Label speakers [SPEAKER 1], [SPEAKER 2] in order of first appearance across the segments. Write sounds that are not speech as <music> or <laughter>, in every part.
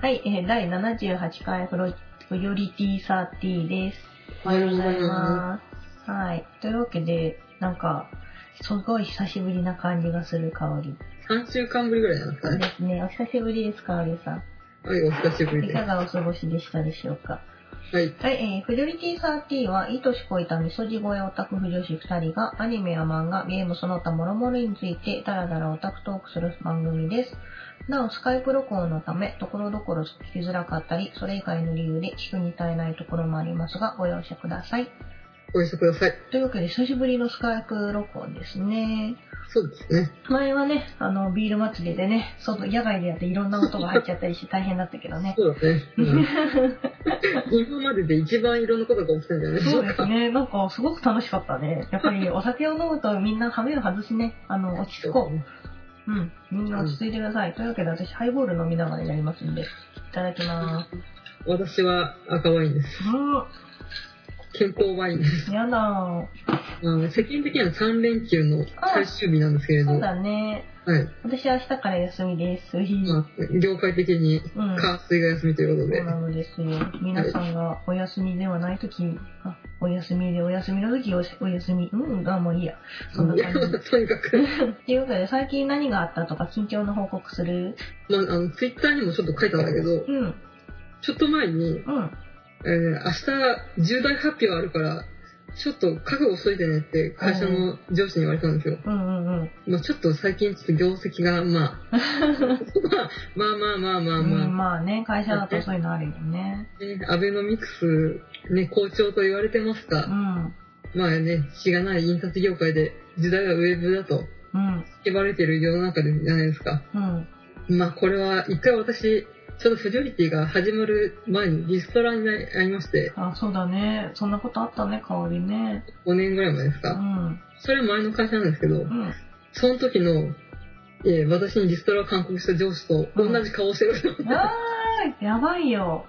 [SPEAKER 1] はい、えー、第78回フロフヨリティサーティーです。
[SPEAKER 2] おはようご
[SPEAKER 1] ご
[SPEAKER 2] ざ
[SPEAKER 1] ざ
[SPEAKER 2] い
[SPEAKER 1] い
[SPEAKER 2] ま
[SPEAKER 1] ます。はい。というわけで、なんか、すごい久しぶりな感じがする香り。
[SPEAKER 2] す。3週間ぶりぐらいなのか
[SPEAKER 1] で
[SPEAKER 2] な。
[SPEAKER 1] すね。お久しぶりです、香りさ
[SPEAKER 2] はい、お久しぶ
[SPEAKER 1] ん。
[SPEAKER 2] り
[SPEAKER 1] い
[SPEAKER 2] です。
[SPEAKER 1] か
[SPEAKER 2] は
[SPEAKER 1] がお過ごしでしたでしょうか。
[SPEAKER 2] い。
[SPEAKER 1] はい、えー、フジョリティサーティーは、いとしこいたみそじ声オタク不女子二人が、アニメや漫画、ゲームその他諸々について、だらだらオタクトークする番組です。なお、スカイプ録音のため、ところどころ聞きづらかったり、それ以外の理由で聞くに耐えないところもありますが、ご容赦ください。
[SPEAKER 2] ご一緒ください。
[SPEAKER 1] というわけで、久しぶりのスカイプ録音ですね。
[SPEAKER 2] そうですね。
[SPEAKER 1] 前はね、あの、ビール祭りでね、外、野外でやっていろんな音が入っちゃったりして大変だったけどね。
[SPEAKER 2] そうだね。うん
[SPEAKER 1] <laughs>
[SPEAKER 2] 今までで一番いろんなことが起きたんじゃないでし
[SPEAKER 1] そ
[SPEAKER 2] ょ
[SPEAKER 1] う
[SPEAKER 2] う
[SPEAKER 1] です
[SPEAKER 2] か。
[SPEAKER 1] ね。なんか、すごく楽しかったね。やっぱり、お酒を飲むとみんな羽目を外しね、あの、落ち着こう。うん。みんな落ち着いてください。というわけで、私、ハイボール飲みながらやりますんで、いただきます。
[SPEAKER 2] 私は赤ワインです。
[SPEAKER 1] う
[SPEAKER 2] 健康ワインです。
[SPEAKER 1] ん、やだー
[SPEAKER 2] あの世間的には3連休の最終日なんですけれど、
[SPEAKER 1] そう
[SPEAKER 2] は
[SPEAKER 1] だ
[SPEAKER 2] い。
[SPEAKER 1] ね。私、明日から休みです。うん。
[SPEAKER 2] まあ、業界的に
[SPEAKER 1] そ
[SPEAKER 2] 火水が休みということで
[SPEAKER 1] う、なのですよ。皆さんがお休みではないとき、あ、お休みでお休みのとき、おお休み、うん、あ、もういいや。そん
[SPEAKER 2] い
[SPEAKER 1] な
[SPEAKER 2] や
[SPEAKER 1] 感じ。
[SPEAKER 2] まあとにかく、
[SPEAKER 1] っていうわけで、最近何があったとか、近況の報告する
[SPEAKER 2] まあ、あのツイッターにもちょっと書いたんだけど
[SPEAKER 1] うん、うん。
[SPEAKER 2] ちょっと前に、えー明日重大発表あるからちょっと覚悟しといてねって会社の上司に言われたんですよ、
[SPEAKER 1] うんうんうん。
[SPEAKER 2] まあ、ちょっと最近ちょっと業績が
[SPEAKER 1] <laughs>
[SPEAKER 2] まあまあまあまあまあまあ
[SPEAKER 1] う
[SPEAKER 2] まあ
[SPEAKER 1] ん、まあね、会社だとそういうのあるよね。
[SPEAKER 2] ねアベノミクス、ね、好調と言われてます
[SPEAKER 1] う
[SPEAKER 2] が、
[SPEAKER 1] ん。
[SPEAKER 2] まあね、しがない印刷業界で、時代はウェブだと
[SPEAKER 1] うん。
[SPEAKER 2] 言われてる世の中じゃないですか。
[SPEAKER 1] うん。
[SPEAKER 2] まあこれは、一回私、ちょうどフジョリティが始まる前にリストラになりまして、
[SPEAKER 1] あ、そうだね。そんなことあったね、香りね。
[SPEAKER 2] 5年ぐらい前です
[SPEAKER 1] う
[SPEAKER 2] か。
[SPEAKER 1] ん。
[SPEAKER 2] それは前の会社なんですけど
[SPEAKER 1] う、ん。
[SPEAKER 2] その時の、えー私にリストラを勧告した上司と同じ顔してる、
[SPEAKER 1] あー、やばいよ。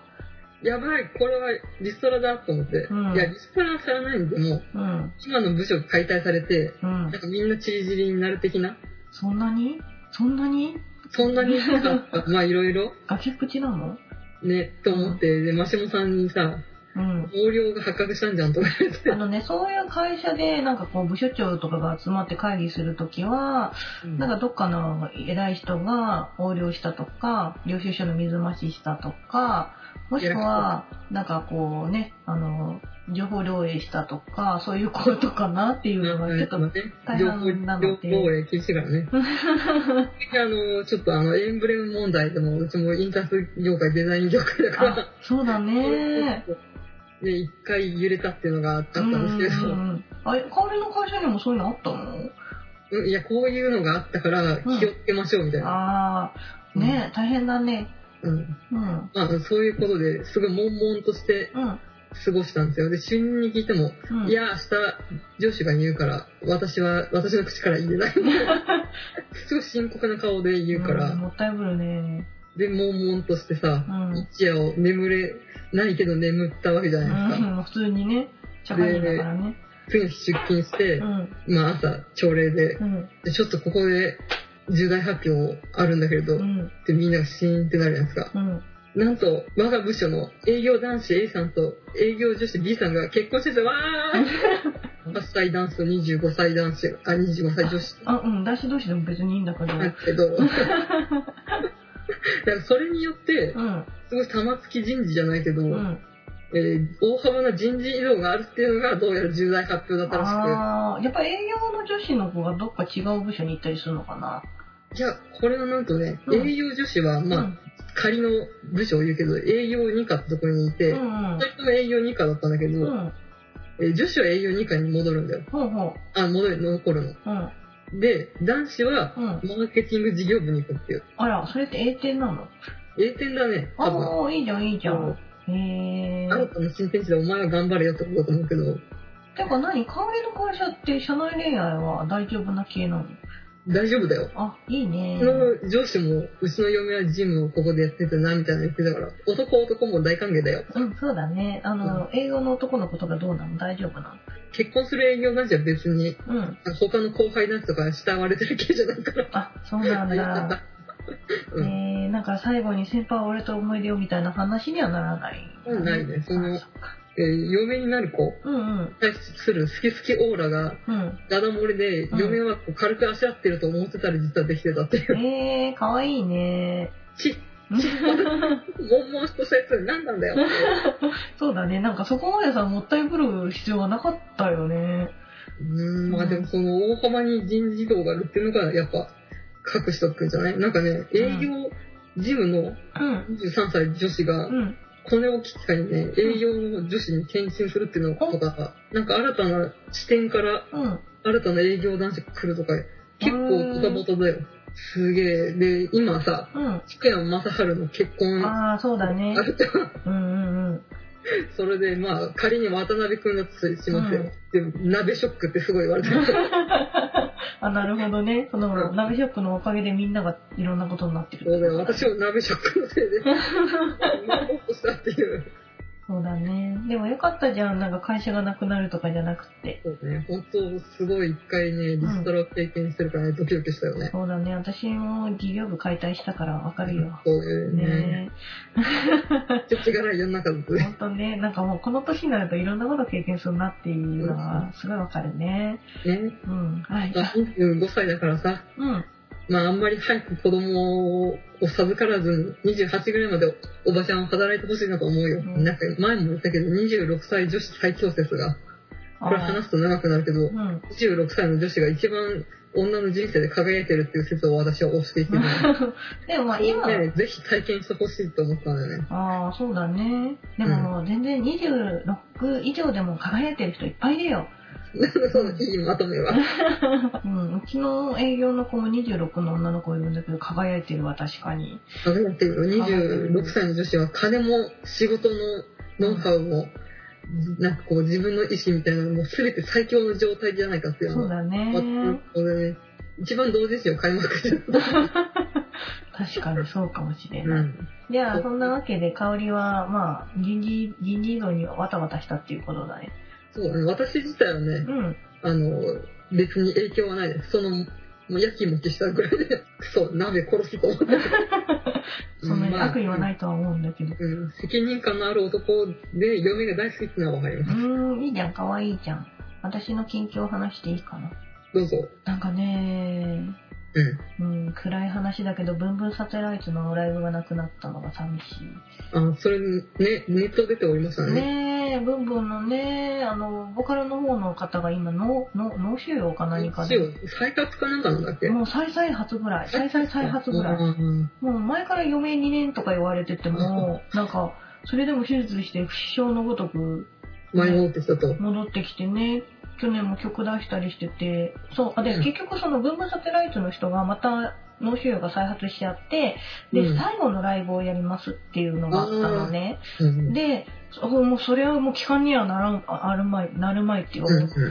[SPEAKER 2] やばい、これはリストラだと思って、
[SPEAKER 1] うん
[SPEAKER 2] いや、リストラはされないんでも、
[SPEAKER 1] うん。
[SPEAKER 2] 今の部署が解体されて、
[SPEAKER 1] うん
[SPEAKER 2] なん。かみんなチり尻になる的な、
[SPEAKER 1] そんなにそんなに
[SPEAKER 2] そんなになん
[SPEAKER 1] <laughs>
[SPEAKER 2] か、まあいろいろ、
[SPEAKER 1] 崖っぷちなの
[SPEAKER 2] ね、と思って、で、マシモさんにさ、
[SPEAKER 1] うん。
[SPEAKER 2] 横領が発覚したんじゃんとか言って
[SPEAKER 1] あ、のね、そういう会社で、なんかこう、部署長とかが集まって会議するときは、
[SPEAKER 2] うん
[SPEAKER 1] なんかどっかの偉い人が横領したとか、領収書の水増ししたとか、もしくは、なんかこうね、あの、情報漏洩したとか、そういうことかなっていうのが、ちょっと、う
[SPEAKER 2] ね
[SPEAKER 1] ん、、
[SPEAKER 2] 情
[SPEAKER 1] 大変な
[SPEAKER 2] 報
[SPEAKER 1] ので
[SPEAKER 2] 情報へ厳しいか
[SPEAKER 1] <laughs>
[SPEAKER 2] らね。であの、ちょっとあの、エンブレム問題でも、うちもインタース業界、デザイン業界だか
[SPEAKER 1] あ
[SPEAKER 2] ら、、
[SPEAKER 1] そうだ
[SPEAKER 2] <laughs>
[SPEAKER 1] ね。
[SPEAKER 2] ね、一回揺れたっていうのがあったんですけ
[SPEAKER 1] う
[SPEAKER 2] ど、
[SPEAKER 1] んうんうん。あれ、香りの会社にもそういうのあったの
[SPEAKER 2] うんいや、こういうのがあったから
[SPEAKER 1] うん
[SPEAKER 2] 気をつけましょうみたいな。
[SPEAKER 1] ああ、ね大変だね。
[SPEAKER 2] うん。
[SPEAKER 1] うん。
[SPEAKER 2] まあ、そういうことですごい悶々として
[SPEAKER 1] うん。
[SPEAKER 2] 過ごしたんですよ。で、主任に聞いても、
[SPEAKER 1] うん、
[SPEAKER 2] いや、明日、上司が言うから、私は、私の口から言え
[SPEAKER 1] <laughs>
[SPEAKER 2] ない。すごい深刻な顔で言うか
[SPEAKER 1] ん
[SPEAKER 2] ら、
[SPEAKER 1] もったいぶるね。
[SPEAKER 2] で、悶々としてさ
[SPEAKER 1] う、ん。
[SPEAKER 2] 一夜を眠れないけど眠ったわけじゃないですか。
[SPEAKER 1] うん、普通にね、社会人だからね。
[SPEAKER 2] 次の日出勤して
[SPEAKER 1] う、ん。
[SPEAKER 2] まあ朝、朝礼で、
[SPEAKER 1] うん。
[SPEAKER 2] でちょっとここで重大発表あるんだけれど、
[SPEAKER 1] う
[SPEAKER 2] っ
[SPEAKER 1] ん。
[SPEAKER 2] てみんながシーンってなるじゃないですか。
[SPEAKER 1] うん。
[SPEAKER 2] なんと、我が部署の営業男子 A さんと営業女子 B さんが結婚してて、わ
[SPEAKER 1] <laughs>
[SPEAKER 2] ー !8 歳男子と25歳男子、あ、25歳女子。
[SPEAKER 1] あ、うん、男子同士でも別にいいんだけど。
[SPEAKER 2] だ
[SPEAKER 1] <laughs>
[SPEAKER 2] けど、だからそれによって
[SPEAKER 1] う、ん。
[SPEAKER 2] すごい玉突き人事じゃないけど、
[SPEAKER 1] うん。
[SPEAKER 2] えー大幅な人事異動があるっていうのが、どうやら重大発表だったら
[SPEAKER 1] ああ、やっぱ営業の女子の子がどっか違う部署に行ったりするのかな。
[SPEAKER 2] しく、じゃあ、これはなんとね、
[SPEAKER 1] うん
[SPEAKER 2] 営業女子は、まあ、
[SPEAKER 1] うん
[SPEAKER 2] 仮の部署を言うけど、営業2課ってところにいて、
[SPEAKER 1] う
[SPEAKER 2] 2
[SPEAKER 1] ん
[SPEAKER 2] 人とも営業2課だったんだけど、
[SPEAKER 1] うん。うん。
[SPEAKER 2] えー女子は営業2課に戻るんだよ。
[SPEAKER 1] ほうほ
[SPEAKER 2] あ、戻る、残る
[SPEAKER 1] う。うん。
[SPEAKER 2] の。で、男子は、
[SPEAKER 1] うん。
[SPEAKER 2] マーケティング事業部に行くっていう。
[SPEAKER 1] あら、それって A 点なの
[SPEAKER 2] A 点だね、多分。
[SPEAKER 1] ああ、いいじゃん、いいじゃ
[SPEAKER 2] うん
[SPEAKER 1] ん。へえ。
[SPEAKER 2] 新たな新天地でお前は頑張れよってことだと思うけど、
[SPEAKER 1] てか何香りの会社って社内恋愛は大丈夫な系なの
[SPEAKER 2] 大丈夫だよ。
[SPEAKER 1] あ、いいね。
[SPEAKER 2] の上司も、うちの嫁はジムをここでやってたな、みたいな言ってたから、男男も大歓迎だよ。
[SPEAKER 1] うん、そうだね。あの、営業の男の子とかどうなの大丈夫な
[SPEAKER 2] 結婚する営業男子は別に、
[SPEAKER 1] のうん。
[SPEAKER 2] 他の後輩男子とか慕われてる系じゃないから。
[SPEAKER 1] あ、そうなん
[SPEAKER 2] <laughs>
[SPEAKER 1] だ。
[SPEAKER 2] うん
[SPEAKER 1] えー、なんか最後に先輩は俺と思い出よみたいな話にはならない。
[SPEAKER 2] うんないねその
[SPEAKER 1] あそっか
[SPEAKER 2] えー嫁になる子に
[SPEAKER 1] うんうん。
[SPEAKER 2] 対する好き好きオーラが、
[SPEAKER 1] うん。
[SPEAKER 2] ダダ漏れで、
[SPEAKER 1] うん
[SPEAKER 2] 嫁はこう軽くあしらってると思ってたら実はできてたって <laughs> いう。
[SPEAKER 1] えー、かわいいね。
[SPEAKER 2] ちっ、悶々としたやつに何なんだよ。
[SPEAKER 1] そうだね。なんかそこまでさ、もったいぶる必要はなかったよね。
[SPEAKER 2] うーん、まあでもその大幅に人事異動があるっていうのがやっぱ隠しとくんじゃないなんかね、営業事務の
[SPEAKER 1] うん。
[SPEAKER 2] 23歳女子が
[SPEAKER 1] うん。
[SPEAKER 2] これを機会にね、営業の女子に転身するっていうのとか、なんか新たな視点から
[SPEAKER 1] うん。
[SPEAKER 2] 新たな営業男子が来るとか、結構ボタボタだよ。すげえ。で、今さ、
[SPEAKER 1] うん。
[SPEAKER 2] 福山雅治の結婚あ
[SPEAKER 1] ああ、そうだ
[SPEAKER 2] <laughs>
[SPEAKER 1] ね。
[SPEAKER 2] るじゃん
[SPEAKER 1] うんうんうん。
[SPEAKER 2] それでまあ仮に渡辺君だとしますよ、で鍋ショックってすごい言われてる
[SPEAKER 1] あ、なるほどね。その、
[SPEAKER 2] うん
[SPEAKER 1] 鍋ショップのおかげでみんながいろんなことになって <laughs>
[SPEAKER 2] そうだよ
[SPEAKER 1] る。
[SPEAKER 2] 私も鍋ショックのせいで <laughs> 今ぼっとしたっていう
[SPEAKER 1] そうだね。でもよかったじゃん。なんか会社がなくなるとかじゃなくって。
[SPEAKER 2] そうね本当すごい一回ねリストラを経験してるからね、ドキドキしたよね
[SPEAKER 1] そうだね。私も事業部解体したからわかるよ。
[SPEAKER 2] そういうね
[SPEAKER 1] ね
[SPEAKER 2] ちょっと違い世の中だと
[SPEAKER 1] え。
[SPEAKER 2] ね
[SPEAKER 1] ほんとね。なんかもうこの年になるといろんなこと経験するなっていうのはすごいわかるね。
[SPEAKER 2] ね
[SPEAKER 1] うん。はい。
[SPEAKER 2] まあ25歳だからさ
[SPEAKER 1] うん。
[SPEAKER 2] まああんまり早く子供を授からずに28ぐらいまでおばちゃんを働いてほしいなと思うよ、
[SPEAKER 1] うん
[SPEAKER 2] なんか前にも言ったけど26歳女子最強説がこれ話
[SPEAKER 1] あ
[SPEAKER 2] すと長くなるけど、
[SPEAKER 1] ーうん。
[SPEAKER 2] 26歳の女子が一番女の人生で輝いてるっていう説を私は推していて、
[SPEAKER 1] で <laughs> もまあ今、
[SPEAKER 2] ね、ぜひ体験してほしいと思ったんだよね。
[SPEAKER 1] ああ、そうだね。でも、全然26以上でも輝いてる人いっぱいいるよ。
[SPEAKER 2] そのいいまと
[SPEAKER 1] <laughs>
[SPEAKER 2] めは。
[SPEAKER 1] うん、うちの営業の子も26の女の子いるんだけど、輝いてるわ、確かに。
[SPEAKER 2] 輝いてるよ。26歳の女子は金も仕事のノウハウも、なんかこう自分の意思みたいなのも全て最強の状態じゃないかっていう
[SPEAKER 1] そう
[SPEAKER 2] の
[SPEAKER 1] だ
[SPEAKER 2] は。まあ
[SPEAKER 1] ね。
[SPEAKER 2] これね一番同時視を買いまくってる。
[SPEAKER 1] 確かにそうかもし <laughs> れ
[SPEAKER 2] う
[SPEAKER 1] ない。
[SPEAKER 2] ん。
[SPEAKER 1] じゃあ、そんなわけで、香りは、まあ、人事、人事異動にわたわたしたっていうことだね。
[SPEAKER 2] そうだね。私自体はね、
[SPEAKER 1] うん。
[SPEAKER 2] あの、別に影響はないです。その、もうやきもきしたぐらいで、くそ、鍋殺すと思って。。
[SPEAKER 1] そんなに悪意はないいとは思うんだけど。
[SPEAKER 2] うん、責任感のある男で、嫁が大好きってのはわかり
[SPEAKER 1] う
[SPEAKER 2] ます。
[SPEAKER 1] ーん、いいじゃん、かわいいじゃん。私の近況話していいかな。
[SPEAKER 2] どうぞ。
[SPEAKER 1] なんかね、うん、暗い話だけど、ブンブンサテライトのライブがなくなったのが寂しい。
[SPEAKER 2] うん。あ、それ、ね、ネット出ておりましたね。
[SPEAKER 1] ねえ、ブンブンのね、あの、ボカロの方の方が今の、の、脳腫瘍か何か
[SPEAKER 2] 一
[SPEAKER 1] で、
[SPEAKER 2] 応、再活かなんかなんだっけ
[SPEAKER 1] もう再再発ぐらい、再再再発ぐらい。
[SPEAKER 2] うん
[SPEAKER 1] もう前から余命2年とか言われてても、なんか、それでも手術して不死症のごとく
[SPEAKER 2] 前もってしたと。
[SPEAKER 1] 戻ってきてね、去年も曲出したりしてて、そう、あ、で、
[SPEAKER 2] うん
[SPEAKER 1] 結局そのブンブンサテライトの人がまた脳腫瘍が再発しちゃって、で、
[SPEAKER 2] うん
[SPEAKER 1] 最後のライブをやりますっていうのがあったのね。
[SPEAKER 2] うん
[SPEAKER 1] で、そもうそれはもう期間にはならん、ああるまい、なるまいって言われて、
[SPEAKER 2] うん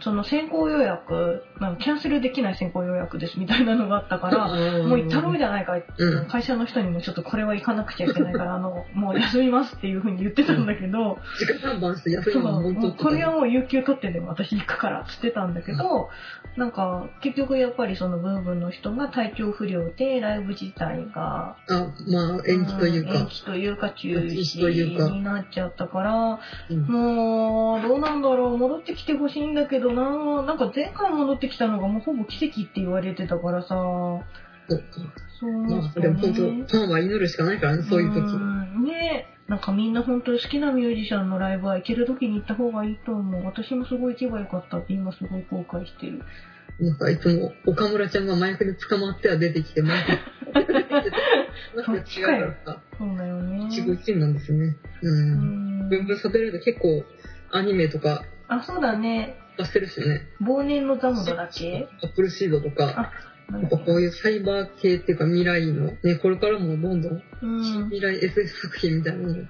[SPEAKER 1] その先行予約、なんかキャンセルできない先行予約ですみたいなのがあったから、もう行ったろうじゃないか、
[SPEAKER 2] うん
[SPEAKER 1] 会社の人にもちょっとこれは行かなくちゃいけないから、あの、もう休みますっていうふうに言ってたんだけど、
[SPEAKER 2] 時間短板して休
[SPEAKER 1] そう
[SPEAKER 2] みも
[SPEAKER 1] も
[SPEAKER 2] 本当
[SPEAKER 1] うこれはもう有給取ってでも私行くからっつってたんだけど、なんか結局やっぱりそのブーブンの人が体調不良でライブ自体が
[SPEAKER 2] あ、まあ、延期という
[SPEAKER 1] うん延
[SPEAKER 2] か。
[SPEAKER 1] 期というか中
[SPEAKER 2] 延期というか
[SPEAKER 1] 止になっちゃったから、
[SPEAKER 2] うん
[SPEAKER 1] もう、どうなんだろう、戻ってきてほしいんだけどな、なんか前回戻ってきたのがもうほぼ奇跡って言われてたからさ、
[SPEAKER 2] そう
[SPEAKER 1] そう思
[SPEAKER 2] ま
[SPEAKER 1] っ
[SPEAKER 2] あ、
[SPEAKER 1] た
[SPEAKER 2] で
[SPEAKER 1] よ
[SPEAKER 2] も
[SPEAKER 1] ね。
[SPEAKER 2] 本当、ファンは祈るしかないからね、そういう時。
[SPEAKER 1] んねなんかみんな本当に好きなミュージシャンのライブは行ける時に行った方がいいと思う。私もすごい行けばよかったって今すごい後悔してる。
[SPEAKER 2] なんかいつも岡村ちゃんが麻薬で捕まっては出てきて、麻薬で出てきて、なんか違うからさ、
[SPEAKER 1] そうだよね。
[SPEAKER 2] 一期一会なんですね。う。
[SPEAKER 1] うんん
[SPEAKER 2] ブンブンサテライト結構アニメとか
[SPEAKER 1] あ、そうだね。
[SPEAKER 2] 出してるしね。
[SPEAKER 1] 忘年のザムドだっけ
[SPEAKER 2] アップルシードとか、
[SPEAKER 1] な
[SPEAKER 2] なんん
[SPEAKER 1] だ
[SPEAKER 2] か
[SPEAKER 1] っけ
[SPEAKER 2] こういうサイバー系っていうか未来の、ね、これからもどんどん
[SPEAKER 1] うん。
[SPEAKER 2] 未来 SF 作品みたいなのに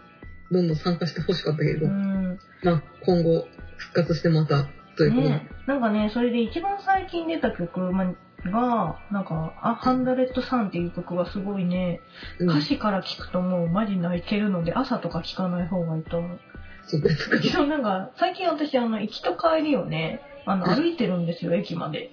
[SPEAKER 2] どんどん参加してほしかったけど、
[SPEAKER 1] うん
[SPEAKER 2] まあ今後復活してまたということで
[SPEAKER 1] ね、なんかねそれで一番最近出た曲、まあ、が、なんか、あ、ハンダレッドさんっていう曲がすごいね、
[SPEAKER 2] うん
[SPEAKER 1] 歌詞から聞くともうマジ泣けるので、朝とか聞かない方がいいと思う。
[SPEAKER 2] そうですか。
[SPEAKER 1] そうなんか、最近私、あの、行きと帰りをね、あの、
[SPEAKER 2] うん
[SPEAKER 1] 歩いてるんですよ、駅まで。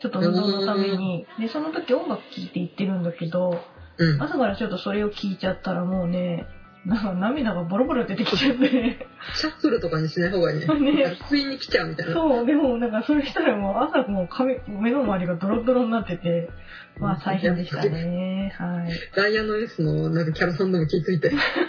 [SPEAKER 1] ちょっと運動のために。で、その時音楽聴いて行ってるんだけど、
[SPEAKER 2] うん。
[SPEAKER 1] 朝からちょっとそれを聞いちゃったらもうね、なんか涙がボロボロ出てきちゃって。
[SPEAKER 2] シャッフルとかにしない方がいいね。
[SPEAKER 1] ね
[SPEAKER 2] 不意に来ちゃうみたいな。
[SPEAKER 1] そう、でもなんかそれしたらもう朝もう髪、目の周りがドロドロになってて、まあ大変でしたね。はい。
[SPEAKER 2] ダイヤの S のなんかキャラソンでも聞いといて、
[SPEAKER 1] <laughs>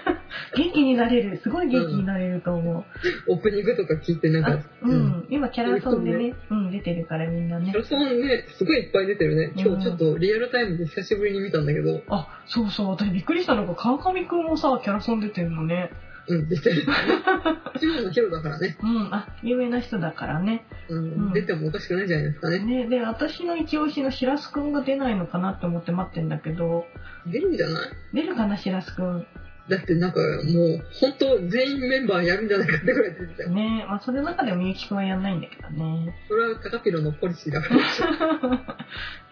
[SPEAKER 1] 元気になれる。すごい元気になれると思う。
[SPEAKER 2] オープニングとか聞いてなん
[SPEAKER 1] あ
[SPEAKER 2] か、、
[SPEAKER 1] う
[SPEAKER 2] うん
[SPEAKER 1] ん。今キャラソンでね、うん、出てるからみんな
[SPEAKER 2] キ
[SPEAKER 1] ね
[SPEAKER 2] ャ。ラソンね、すごいいっぱい出てるね。今日ちょっとリアルタイムで久しぶりに見たんだけど、
[SPEAKER 1] あ、そうそう、私びっくりしたのが川上くんもさ、キャラソン出てるのね。
[SPEAKER 2] うん、出て
[SPEAKER 1] <laughs>
[SPEAKER 2] る。一番のヒロだからね、
[SPEAKER 1] うん、あ、有名な人だからね。
[SPEAKER 2] うん
[SPEAKER 1] うん
[SPEAKER 2] 出てもおかしくないんじゃないですかね。
[SPEAKER 1] ね、で、私の一押しの白洲くんが出ないのかなって思って待ってんだけど、
[SPEAKER 2] 出るんじゃない
[SPEAKER 1] 出るかな、白洲くん。
[SPEAKER 2] だってなんかもう、本当全員メンバーやるんじゃないかってぐらい出てたよ。
[SPEAKER 1] ね、まあそれの中でもみゆきくんはやんないんだけどね。 <laughs>
[SPEAKER 2] それは高ピロのポリシーだから。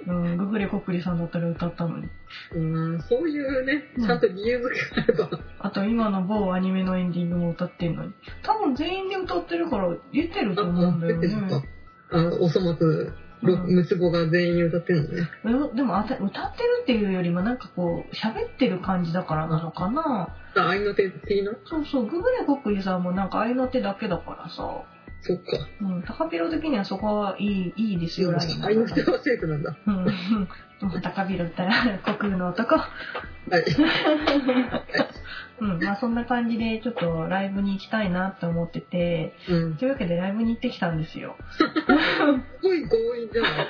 [SPEAKER 1] うん、ググレコックリさんだったら歌ったのに。
[SPEAKER 2] うん、そういうね、
[SPEAKER 1] うん
[SPEAKER 2] ちゃんと理由付けがあれば、
[SPEAKER 1] あと今の某アニメのエンディングも歌ってんのに。多分全員で歌ってるから出てると思うんだ
[SPEAKER 2] 出
[SPEAKER 1] よ
[SPEAKER 2] て
[SPEAKER 1] ね。
[SPEAKER 2] るのか。あの、おそ松、ろ
[SPEAKER 1] うん
[SPEAKER 2] 六つ子が全員歌ってるのね。
[SPEAKER 1] うんでもあた歌ってるっていうよりもなんかこう喋ってる感じだからなのかな。
[SPEAKER 2] あ、愛の手的な
[SPEAKER 1] そうそう、ググレコックリさんもなんか愛の手だけだからさ。
[SPEAKER 2] そっか。
[SPEAKER 1] うん、高ピロ的にはそこはいい、いいですよ、ラインが
[SPEAKER 2] 愛の手はセーフなんだ。
[SPEAKER 1] うん、 <laughs> でも高ビロったら虚空の男。
[SPEAKER 2] はい。
[SPEAKER 1] うん、まあそんな感じでちょっとライブに行きたいなって思ってて、
[SPEAKER 2] うん。
[SPEAKER 1] というわけでライブに行ってきたんですよ。
[SPEAKER 2] すごい強引じゃない。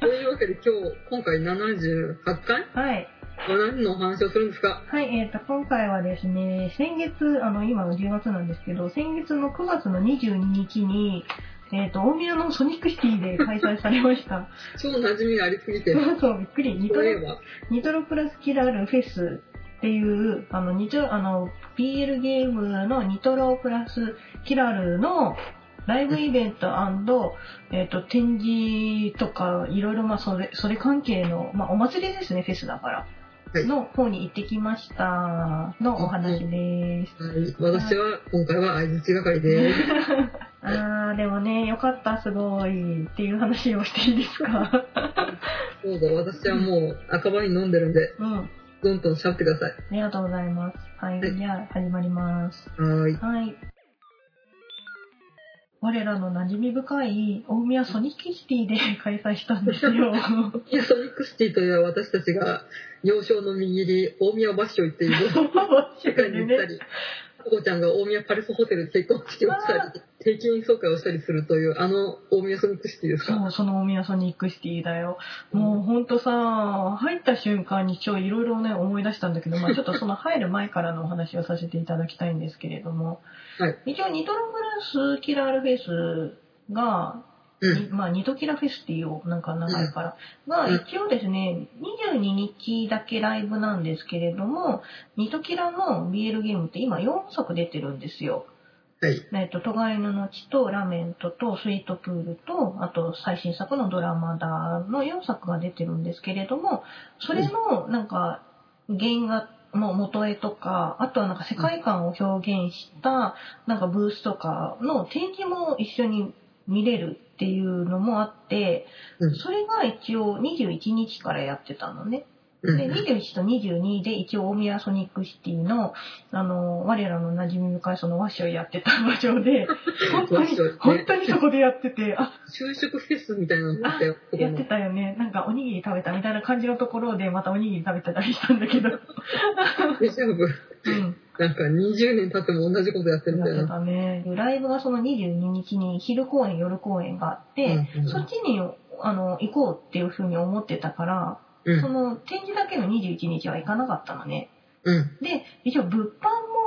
[SPEAKER 2] というわけで今日、今回78回
[SPEAKER 1] はい。
[SPEAKER 2] 何のお話をするんですか
[SPEAKER 1] はい、えっ、と、今回はですね、先月、あの、今の10月なんですけど、先月の9月の22日に、えっ、と、大宮のソニックシティで開催されま <laughs> した。
[SPEAKER 2] 超馴染みがありすぎて、こ
[SPEAKER 1] そう、びっくり。ニト
[SPEAKER 2] れ
[SPEAKER 1] ロ、
[SPEAKER 2] は。
[SPEAKER 1] ニトロプラスキラールフェスっていう、あの、ニトロ、あの、BL ゲームのニトロプラスキラールのライブイベントえっ、と、展示とか、いろいろ、まあ、それ、それ関係の、まあ、お祭りですね、フェスだから。
[SPEAKER 2] はい
[SPEAKER 1] の方に行ってきましたのお話です。
[SPEAKER 2] はい。私は、今回は相槌係で
[SPEAKER 1] あー、でもね、よかった、すごい。っていう話をしていいですか
[SPEAKER 2] す。どうぞ、私はもう赤ワイン飲んでるんで、
[SPEAKER 1] うん。
[SPEAKER 2] どんどんしゃってください。
[SPEAKER 1] ありがとうございます。は。
[SPEAKER 2] はいい
[SPEAKER 1] じゃあ、始まります。
[SPEAKER 2] はーい。
[SPEAKER 1] はい。我らの馴染み深い大宮ソニックシティで開催したんですよ。
[SPEAKER 2] いやソニックシティといえば私たちが幼少の右り大宮バッシュを行っている世界に行ったり、ココちゃんが大宮パレスホテルで結婚式をしたり、定期演奏会をしたりするという、あの大宮ソニックシティですか。
[SPEAKER 1] そう、その大宮ソニックシティだよ。もうほんとさ、入った瞬間に今日いろいろね、思い出したんだけど、まあちょっとその入る前からのお話をさせていただきたいんですけれども、
[SPEAKER 2] はい
[SPEAKER 1] 一応ニトログラスキラールフェスが、
[SPEAKER 2] うん。
[SPEAKER 1] まあ、ニトキラフェスティをなんか長いから、が
[SPEAKER 2] うん
[SPEAKER 1] 一応ですね、22日だけライブなんですけれども、ニトキラの BL ゲームって今4作出てるんですよ。
[SPEAKER 2] はい。
[SPEAKER 1] えっと、トガイヌの血とラメントとスイートプールと、あと最新作のドラマだの4作が出てるんですけれども、それのなんか原画の元絵とか、あとはなんか世界観を表現したなんかブースとかの展示も一緒に見れるっていうのもあって、
[SPEAKER 2] うん
[SPEAKER 1] それが一応21日からやってたのね。
[SPEAKER 2] う
[SPEAKER 1] で、
[SPEAKER 2] ん。
[SPEAKER 1] 21と22で一応大宮ソニックシティの、あの、我らの馴染み深いその和紙をやってた場所
[SPEAKER 2] <laughs>
[SPEAKER 1] で、本当
[SPEAKER 2] 和紙をね
[SPEAKER 1] に、本当にそこでやってて、あ、
[SPEAKER 2] 就職フェスみたいなのあったよ、ここ
[SPEAKER 1] やって
[SPEAKER 2] の。
[SPEAKER 1] たよね。なんかおにぎり食べたみたいな感じのところで、またおにぎり食べたりしたんだけど、
[SPEAKER 2] <laughs> 大丈夫。
[SPEAKER 1] うん。
[SPEAKER 2] なんか20年経っても同じことやってるみたい
[SPEAKER 1] やって
[SPEAKER 2] な。
[SPEAKER 1] たね。ライブがその22日に昼公演、夜公演があって、
[SPEAKER 2] うんうん
[SPEAKER 1] そっちに、あの、行こうっていうふうに思ってたから、
[SPEAKER 2] う
[SPEAKER 1] そ
[SPEAKER 2] ん。
[SPEAKER 1] の展示だけの21日は行かなかったのね。
[SPEAKER 2] うん。
[SPEAKER 1] で、一応物販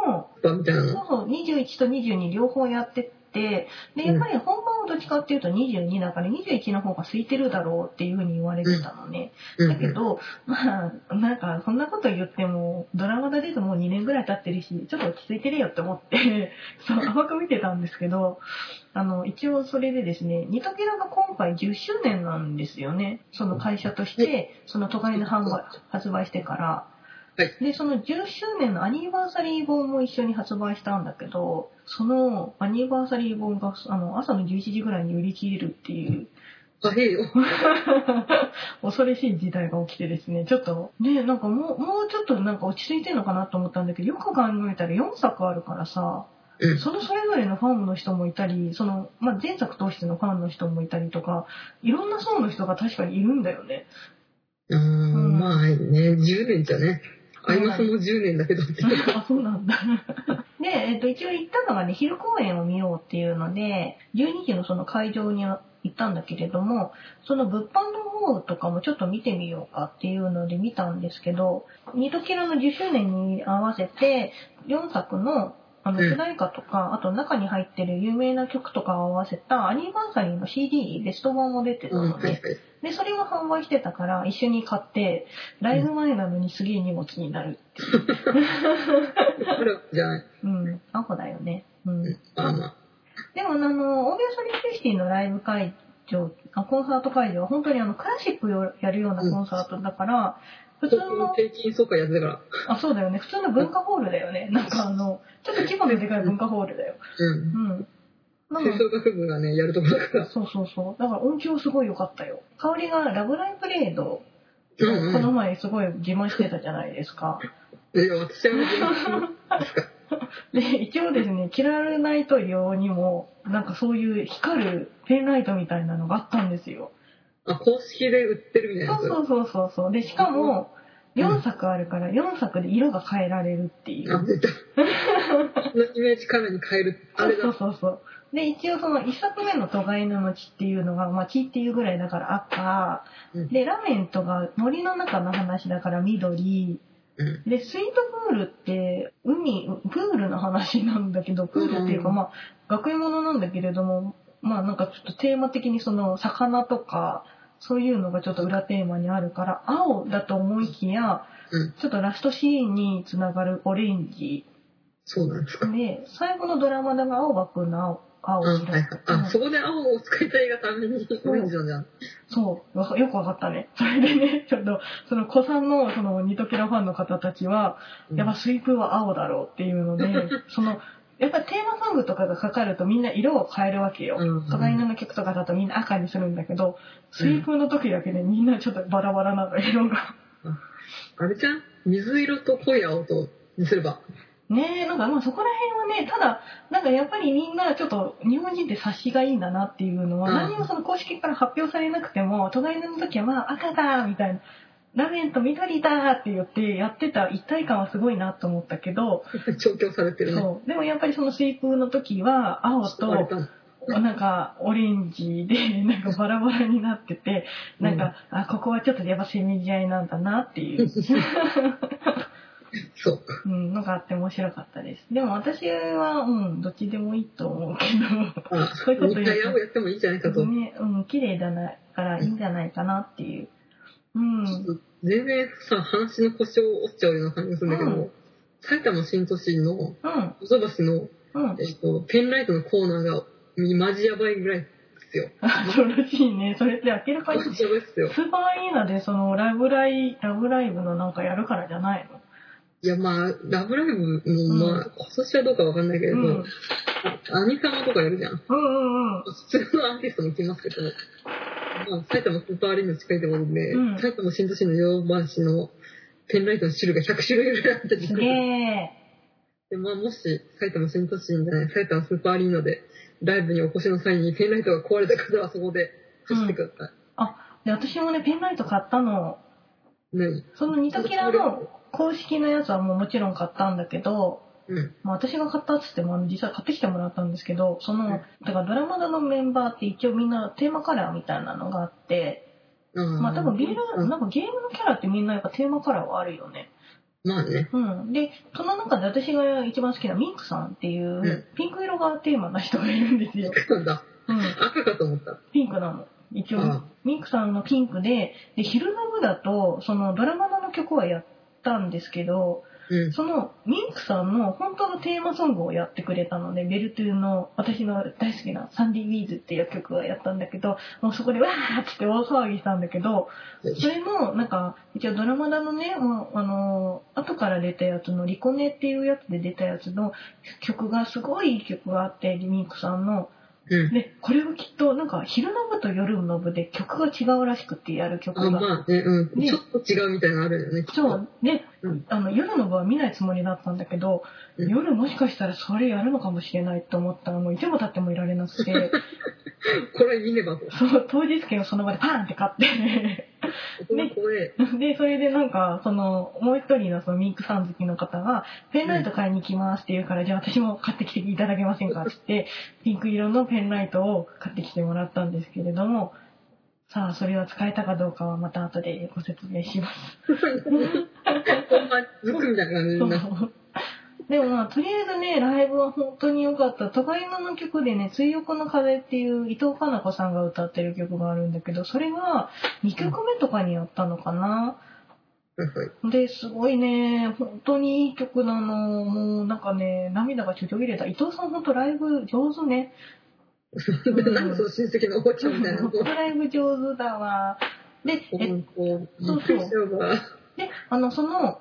[SPEAKER 1] も、
[SPEAKER 2] バみたいなの。
[SPEAKER 1] そうそう、21と22両方やってって、で、やっぱり本番もどっちかっていうと22だから21の方が空いてるだろうっていうふうに言われてたのね。
[SPEAKER 2] うん
[SPEAKER 1] だけど、まあ、なんか、そんなこと言っても、ドラマが出てもう2年ぐらい経ってるし、ちょっと落ち着いてるよって思って、 <laughs> そう、甘く見てたんですけど、あの、一応それでですね、ニトキラが今回10周年なんですよね。その会社として、その都会の販売、発売してから。
[SPEAKER 2] は
[SPEAKER 1] で、その10周年のアニバーサリー本も一緒に発売したんだけど、そのアニバーサリー本が、あの、朝の11時ぐらいに売り切れるっていう、
[SPEAKER 2] あ、へえよ。
[SPEAKER 1] <laughs> 恐ろしい事態が起きてですね、ちょっと、ね、なんかもう、もうちょっとなんか落ち着いてんのかなと思ったんだけど、よく考えたら4作あるからさ、
[SPEAKER 2] うん
[SPEAKER 1] そのそれぞれのファンの人もいたり、その、まあ、前作通してのファンの人もいたりとか、いろんな層の人が確かにいるんだよね。
[SPEAKER 2] あー
[SPEAKER 1] ん
[SPEAKER 2] まあね、10年じゃね。アイマスも10年だけどって。
[SPEAKER 1] <laughs> あ、そうなんだ。で、えっと、一応行ったのがね、昼公演を見ようっていうので、12時のその会場に行ったんだけれども、その物販の方とかもちょっと見てみようかっていうので見たんですけど、ニトキラの10周年に合わせて、4作のあの
[SPEAKER 2] うん
[SPEAKER 1] 主題歌とか、あと中に入ってる有名な曲とかを合わせたアニバーサリーの CD、ベスト版も出てた
[SPEAKER 2] うん、
[SPEAKER 1] の
[SPEAKER 2] はいは
[SPEAKER 1] で
[SPEAKER 2] い、。
[SPEAKER 1] で、それを販売してたから、一緒に買って、ライブ前なのにすげえ荷物になるっていう。
[SPEAKER 2] あるじゃない。
[SPEAKER 1] うん、アホだよね。うん。
[SPEAKER 2] うんまあまあ。
[SPEAKER 1] でも、あの、オービアソニックシティのライブ会場、あコンサート会場は本当にあの、クラシックをやるようなコンサートだから、普通
[SPEAKER 2] そこの
[SPEAKER 1] の、
[SPEAKER 2] 定期演奏会やってたから。
[SPEAKER 1] あ、そうだよね、普通の文化ホールだよね。なんかあの、ちょっと規模のでかい文化ホールだよ。
[SPEAKER 2] うん
[SPEAKER 1] う。ん。なの
[SPEAKER 2] 吹奏楽部がね、やるとこだから。
[SPEAKER 1] そうそうそう。だから音響すごい良かったよ。香りがラブライブレード、
[SPEAKER 2] うん
[SPEAKER 1] この
[SPEAKER 2] うん。
[SPEAKER 1] 前すごい自慢してたじゃないですか。
[SPEAKER 2] いや、私は、
[SPEAKER 1] で、一応ですね、キラルナイト用にも、なんかそういう光るペンライトみたいなのがあったんですよ。
[SPEAKER 2] あ、公式で売ってるみたいな
[SPEAKER 1] そ
[SPEAKER 2] や
[SPEAKER 1] う
[SPEAKER 2] つ。
[SPEAKER 1] そうそうそうそう。で、しかも、
[SPEAKER 2] うん
[SPEAKER 1] 4作あるから、4作で色が変えられるってい
[SPEAKER 2] あ、
[SPEAKER 1] う。
[SPEAKER 2] 出た。このイメージカメラに変える。あれ
[SPEAKER 1] そ
[SPEAKER 2] だ
[SPEAKER 1] う。そうそう。で、一応その1作目の都会の街っていうのが、まあ、木っていうぐらいだから赤、
[SPEAKER 2] うん
[SPEAKER 1] で、ラーメンとか森の中の話だから緑、
[SPEAKER 2] うん。
[SPEAKER 1] で、スイートプールって、海、プールの話なんだけど、プールっていうか、
[SPEAKER 2] うん
[SPEAKER 1] まあ、学園ものなんだけれども、まあなんかちょっとテーマ的にその、魚とか、そういうのがちょっと裏テーマにあるから、青だと思いきや、
[SPEAKER 2] うん
[SPEAKER 1] ちょっとラストシーンにつながるオレンジ。
[SPEAKER 2] そうなんですか。
[SPEAKER 1] で、最後のドラマだが青葉くんの青、
[SPEAKER 2] あ、
[SPEAKER 1] 青
[SPEAKER 2] はいはい。
[SPEAKER 1] う
[SPEAKER 2] あ、
[SPEAKER 1] ん
[SPEAKER 2] そこで青を使いたいがために、オレンジなんじゃん。
[SPEAKER 1] そう、わかよくわかったね。それでね、ちょっと、その子さんの、その、ニトキラファンの方たちは、
[SPEAKER 2] うん
[SPEAKER 1] やっぱ水風は青だろうっていうの
[SPEAKER 2] <laughs>
[SPEAKER 1] で、その、やっぱテーマソングとかがかかるとみんな色を変えるわけよ。
[SPEAKER 2] うん
[SPEAKER 1] 都会の曲とかだとみんな赤にするんだけど、水風の時だけね、みんなちょっとバラバラなの、
[SPEAKER 2] <laughs>
[SPEAKER 1] 色が。
[SPEAKER 2] あれじゃん水色と濃い青と、にすれば。
[SPEAKER 1] ねえ、なんかまあそこら辺はね、ただ、なんかやっぱりみんなちょっと日本人って察しがいいんだなっていうのは、
[SPEAKER 2] うん
[SPEAKER 1] 何もその公式から発表されなくても、隣の時はまあ赤だみたいな、ラーメンと緑だって言ってやってた一体感はすごいなと思ったけど、
[SPEAKER 2] 調教されてるね。
[SPEAKER 1] そう。でもやっぱりその水風の時は青
[SPEAKER 2] あれ
[SPEAKER 1] と
[SPEAKER 2] かな
[SPEAKER 1] なんかオレンジで <laughs> なんかバラバラになってて、なんか、あ、ここはちょっとやっぱせめぎ合いなんだなって <laughs> いう。
[SPEAKER 2] そう。
[SPEAKER 1] うん、のがあって面白かったです。でも私は、うん、どっちでもいいと思うけ
[SPEAKER 2] あ
[SPEAKER 1] そういうこと言
[SPEAKER 2] 日
[SPEAKER 1] う
[SPEAKER 2] 体青やってもいいんじゃないかと。
[SPEAKER 1] ど、ね、うん、綺麗だな、からいいんじゃないかなっていう。うん。
[SPEAKER 2] 全然さ、話の故障を折っちゃうような感じがするんだけど、
[SPEAKER 1] うん
[SPEAKER 2] 埼玉新都心の、
[SPEAKER 1] うん、
[SPEAKER 2] 小沢橋の、
[SPEAKER 1] うん。
[SPEAKER 2] えっと、ペンライトのコーナーが、マジやばいぐらいですよ。
[SPEAKER 1] 恐ろしいね。それって明らか
[SPEAKER 2] マ
[SPEAKER 1] に、
[SPEAKER 2] ジやばいっすよ。
[SPEAKER 1] スーパーアリーナでその、ライブライ、ラブライブのなんかやるからじゃないの
[SPEAKER 2] いや、まあ、ラブライブも、まあ、今年はどうかわかんないけれ
[SPEAKER 1] う
[SPEAKER 2] ど、
[SPEAKER 1] ん。うん
[SPEAKER 2] アニカマとかやるじゃん。
[SPEAKER 1] うんうん。
[SPEAKER 2] 普通のアーティストも来ますけど、まあ、埼玉スーパーアリーナ近いところで、
[SPEAKER 1] うん
[SPEAKER 2] 埼玉新都心の洋版市のペンライトの種類が100種類ぐらいあってびっ
[SPEAKER 1] す
[SPEAKER 2] く
[SPEAKER 1] げ
[SPEAKER 2] り
[SPEAKER 1] え。
[SPEAKER 2] で、まあ、もし、埼玉新都心じゃない、埼玉スーパーアリーナで、ライブにお越しの際にペンライトが壊れた方はそこで走ってくださ
[SPEAKER 1] で、私もね、ペンライト買ったの。
[SPEAKER 2] い。ね。
[SPEAKER 1] そのニトキラの公式のやつはもうもちろん買ったんだけど、
[SPEAKER 2] うん。
[SPEAKER 1] まあ、私が買ったっつってもあの実際買ってきてもらったんですけどその、
[SPEAKER 2] うん
[SPEAKER 1] だからドラマのメンバーって一応みんなテーマカラーみたいなのがあって、
[SPEAKER 2] あー
[SPEAKER 1] まあ多分ゲー
[SPEAKER 2] う
[SPEAKER 1] ム
[SPEAKER 2] ん
[SPEAKER 1] なんかゲームのキャラってみんなやっぱテーマカラーはあるよね。
[SPEAKER 2] まあね。
[SPEAKER 1] うん、でその中で私が一番好きなミンクさんっていううピンク色がテーマな人がいるんですよ、
[SPEAKER 2] なんだ。
[SPEAKER 1] うん、
[SPEAKER 2] 赤かと思った。
[SPEAKER 1] ピンクなの一応
[SPEAKER 2] あ
[SPEAKER 1] ミンクさんのピンクでで昼の部だとそのドラマの曲はやったんですけど
[SPEAKER 2] うん。
[SPEAKER 1] そのミンクさんの本当のテーマソングをやってくれたので、ベルトゥーの私の大好きなサンディ・ウィーズっていう曲をやったんだけど、もうそこでわーっつって大騒ぎしたんだけど、それのなんか一応ドラマだのね、もうあのー後から出たやつのリコネっていうやつで出たやつの曲がすごいいい曲があって、ミンクさんの。
[SPEAKER 2] うん。
[SPEAKER 1] で、これをきっとなんか昼の部と夜の部で曲が違うらしくってやる
[SPEAKER 2] あ、
[SPEAKER 1] 曲が。
[SPEAKER 2] まあね、うん。
[SPEAKER 1] ね
[SPEAKER 2] ちょっと違うみたいなのあるよね。きっと
[SPEAKER 1] そう。で、
[SPEAKER 2] うん
[SPEAKER 1] あの夜の部は見ないつもりだったんだけど、
[SPEAKER 2] うん
[SPEAKER 1] 夜もしかしたらそれやるのかもしれないと思ったらもういても立ってもいられなくて
[SPEAKER 2] これ見ねばと。
[SPEAKER 1] その当日券をその場でパーンって買って
[SPEAKER 2] 大人怖え。
[SPEAKER 1] でそれでなんかそのもう一人のそのミンクさん好きの方がペンライト買いに行きますって言うから、じゃあ私も買ってきていただけませんかって言 <laughs> ってピンク色のペンライトを買ってきてもらったんですけれどもさあそれは使えたかどうかはまた後でご説明します。
[SPEAKER 2] ほんま、ずくみたいな感じ
[SPEAKER 1] そ
[SPEAKER 2] になる。
[SPEAKER 1] う <laughs> でもまあとりあえずねライブは本当に良かった都会のの曲でね「水浴の風」っていう伊藤かな子さんが歌ってる曲があるんだけどそれが2曲目とかにやったのかな、
[SPEAKER 2] はいはい
[SPEAKER 1] ですごいね本当にいい曲なのもうなんかね涙がちょちょぎれた伊藤さん本当ライブ上手ね
[SPEAKER 2] でなんかその親戚のおばちゃんみたいな。
[SPEAKER 1] 本当ライブ上手だわで <laughs> え
[SPEAKER 2] うんこう、びっくりしちゃうわ。
[SPEAKER 1] であのその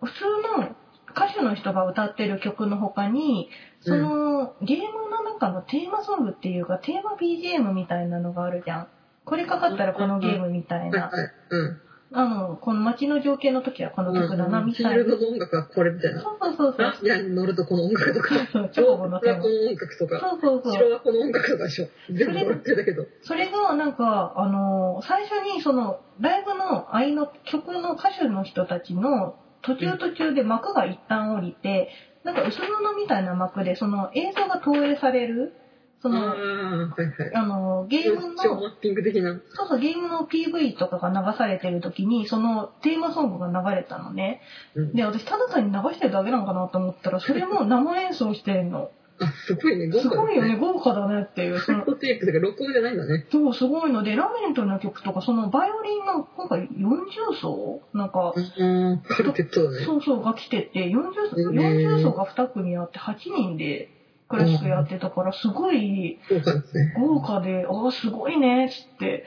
[SPEAKER 1] 普通の歌手の人が歌ってる曲の他にその、ゲームの中のテーマソングっていうかテーマ BGM みたいなのがあるじゃんこれかかったらこのゲームみたい
[SPEAKER 2] はい
[SPEAKER 1] な、
[SPEAKER 2] はい。うん。
[SPEAKER 1] あのこの街の情景の時はこの曲だなみ
[SPEAKER 2] フ
[SPEAKER 1] た
[SPEAKER 2] ィー
[SPEAKER 1] いな、
[SPEAKER 2] ルドの音楽はこれみたいな。
[SPEAKER 1] そうそうそうそう
[SPEAKER 2] ラスラに乗るとこの音楽とか、
[SPEAKER 1] そうチョコ
[SPEAKER 2] 上
[SPEAKER 1] ボの
[SPEAKER 2] は
[SPEAKER 1] テー
[SPEAKER 2] この音楽と
[SPEAKER 1] マ
[SPEAKER 2] か、
[SPEAKER 1] そうそうそう
[SPEAKER 2] 城はこの音楽とかでしょ。全部乗ってだけど。
[SPEAKER 1] それがなんかあの最初にそのライブの合いの曲の歌手の人たちの途中途中で幕が一旦降りてなんか薄布みたいな幕でその映像が投影されるそ
[SPEAKER 2] ああ
[SPEAKER 1] の
[SPEAKER 2] ー、はいはい。
[SPEAKER 1] あのゲームの
[SPEAKER 2] ショーマッピング的な。
[SPEAKER 1] そうそうゲームの PV とかが流されてる時にそのテーマソングが流れたのね
[SPEAKER 2] うん
[SPEAKER 1] で私ただ単に流してるだけなのかなと思ったらそれも生演奏してんの
[SPEAKER 2] あ、すごいね、豪
[SPEAKER 1] す
[SPEAKER 2] 華
[SPEAKER 1] ごいよね。豪華だねっていうそ
[SPEAKER 2] カ
[SPEAKER 1] の
[SPEAKER 2] ットテープだから録音じゃないんだね。
[SPEAKER 1] そう、すごいので、ラメントの曲とか、そのバイオリンが今回40奏なんか、
[SPEAKER 2] うん、カルテットだね。
[SPEAKER 1] そうそうが来てて、40奏、
[SPEAKER 2] ね
[SPEAKER 1] 40奏が2組あって、8人でクラシックやってたから、すごい
[SPEAKER 2] 豪華ですね。
[SPEAKER 1] 豪華で、ああ、すごいね、つって。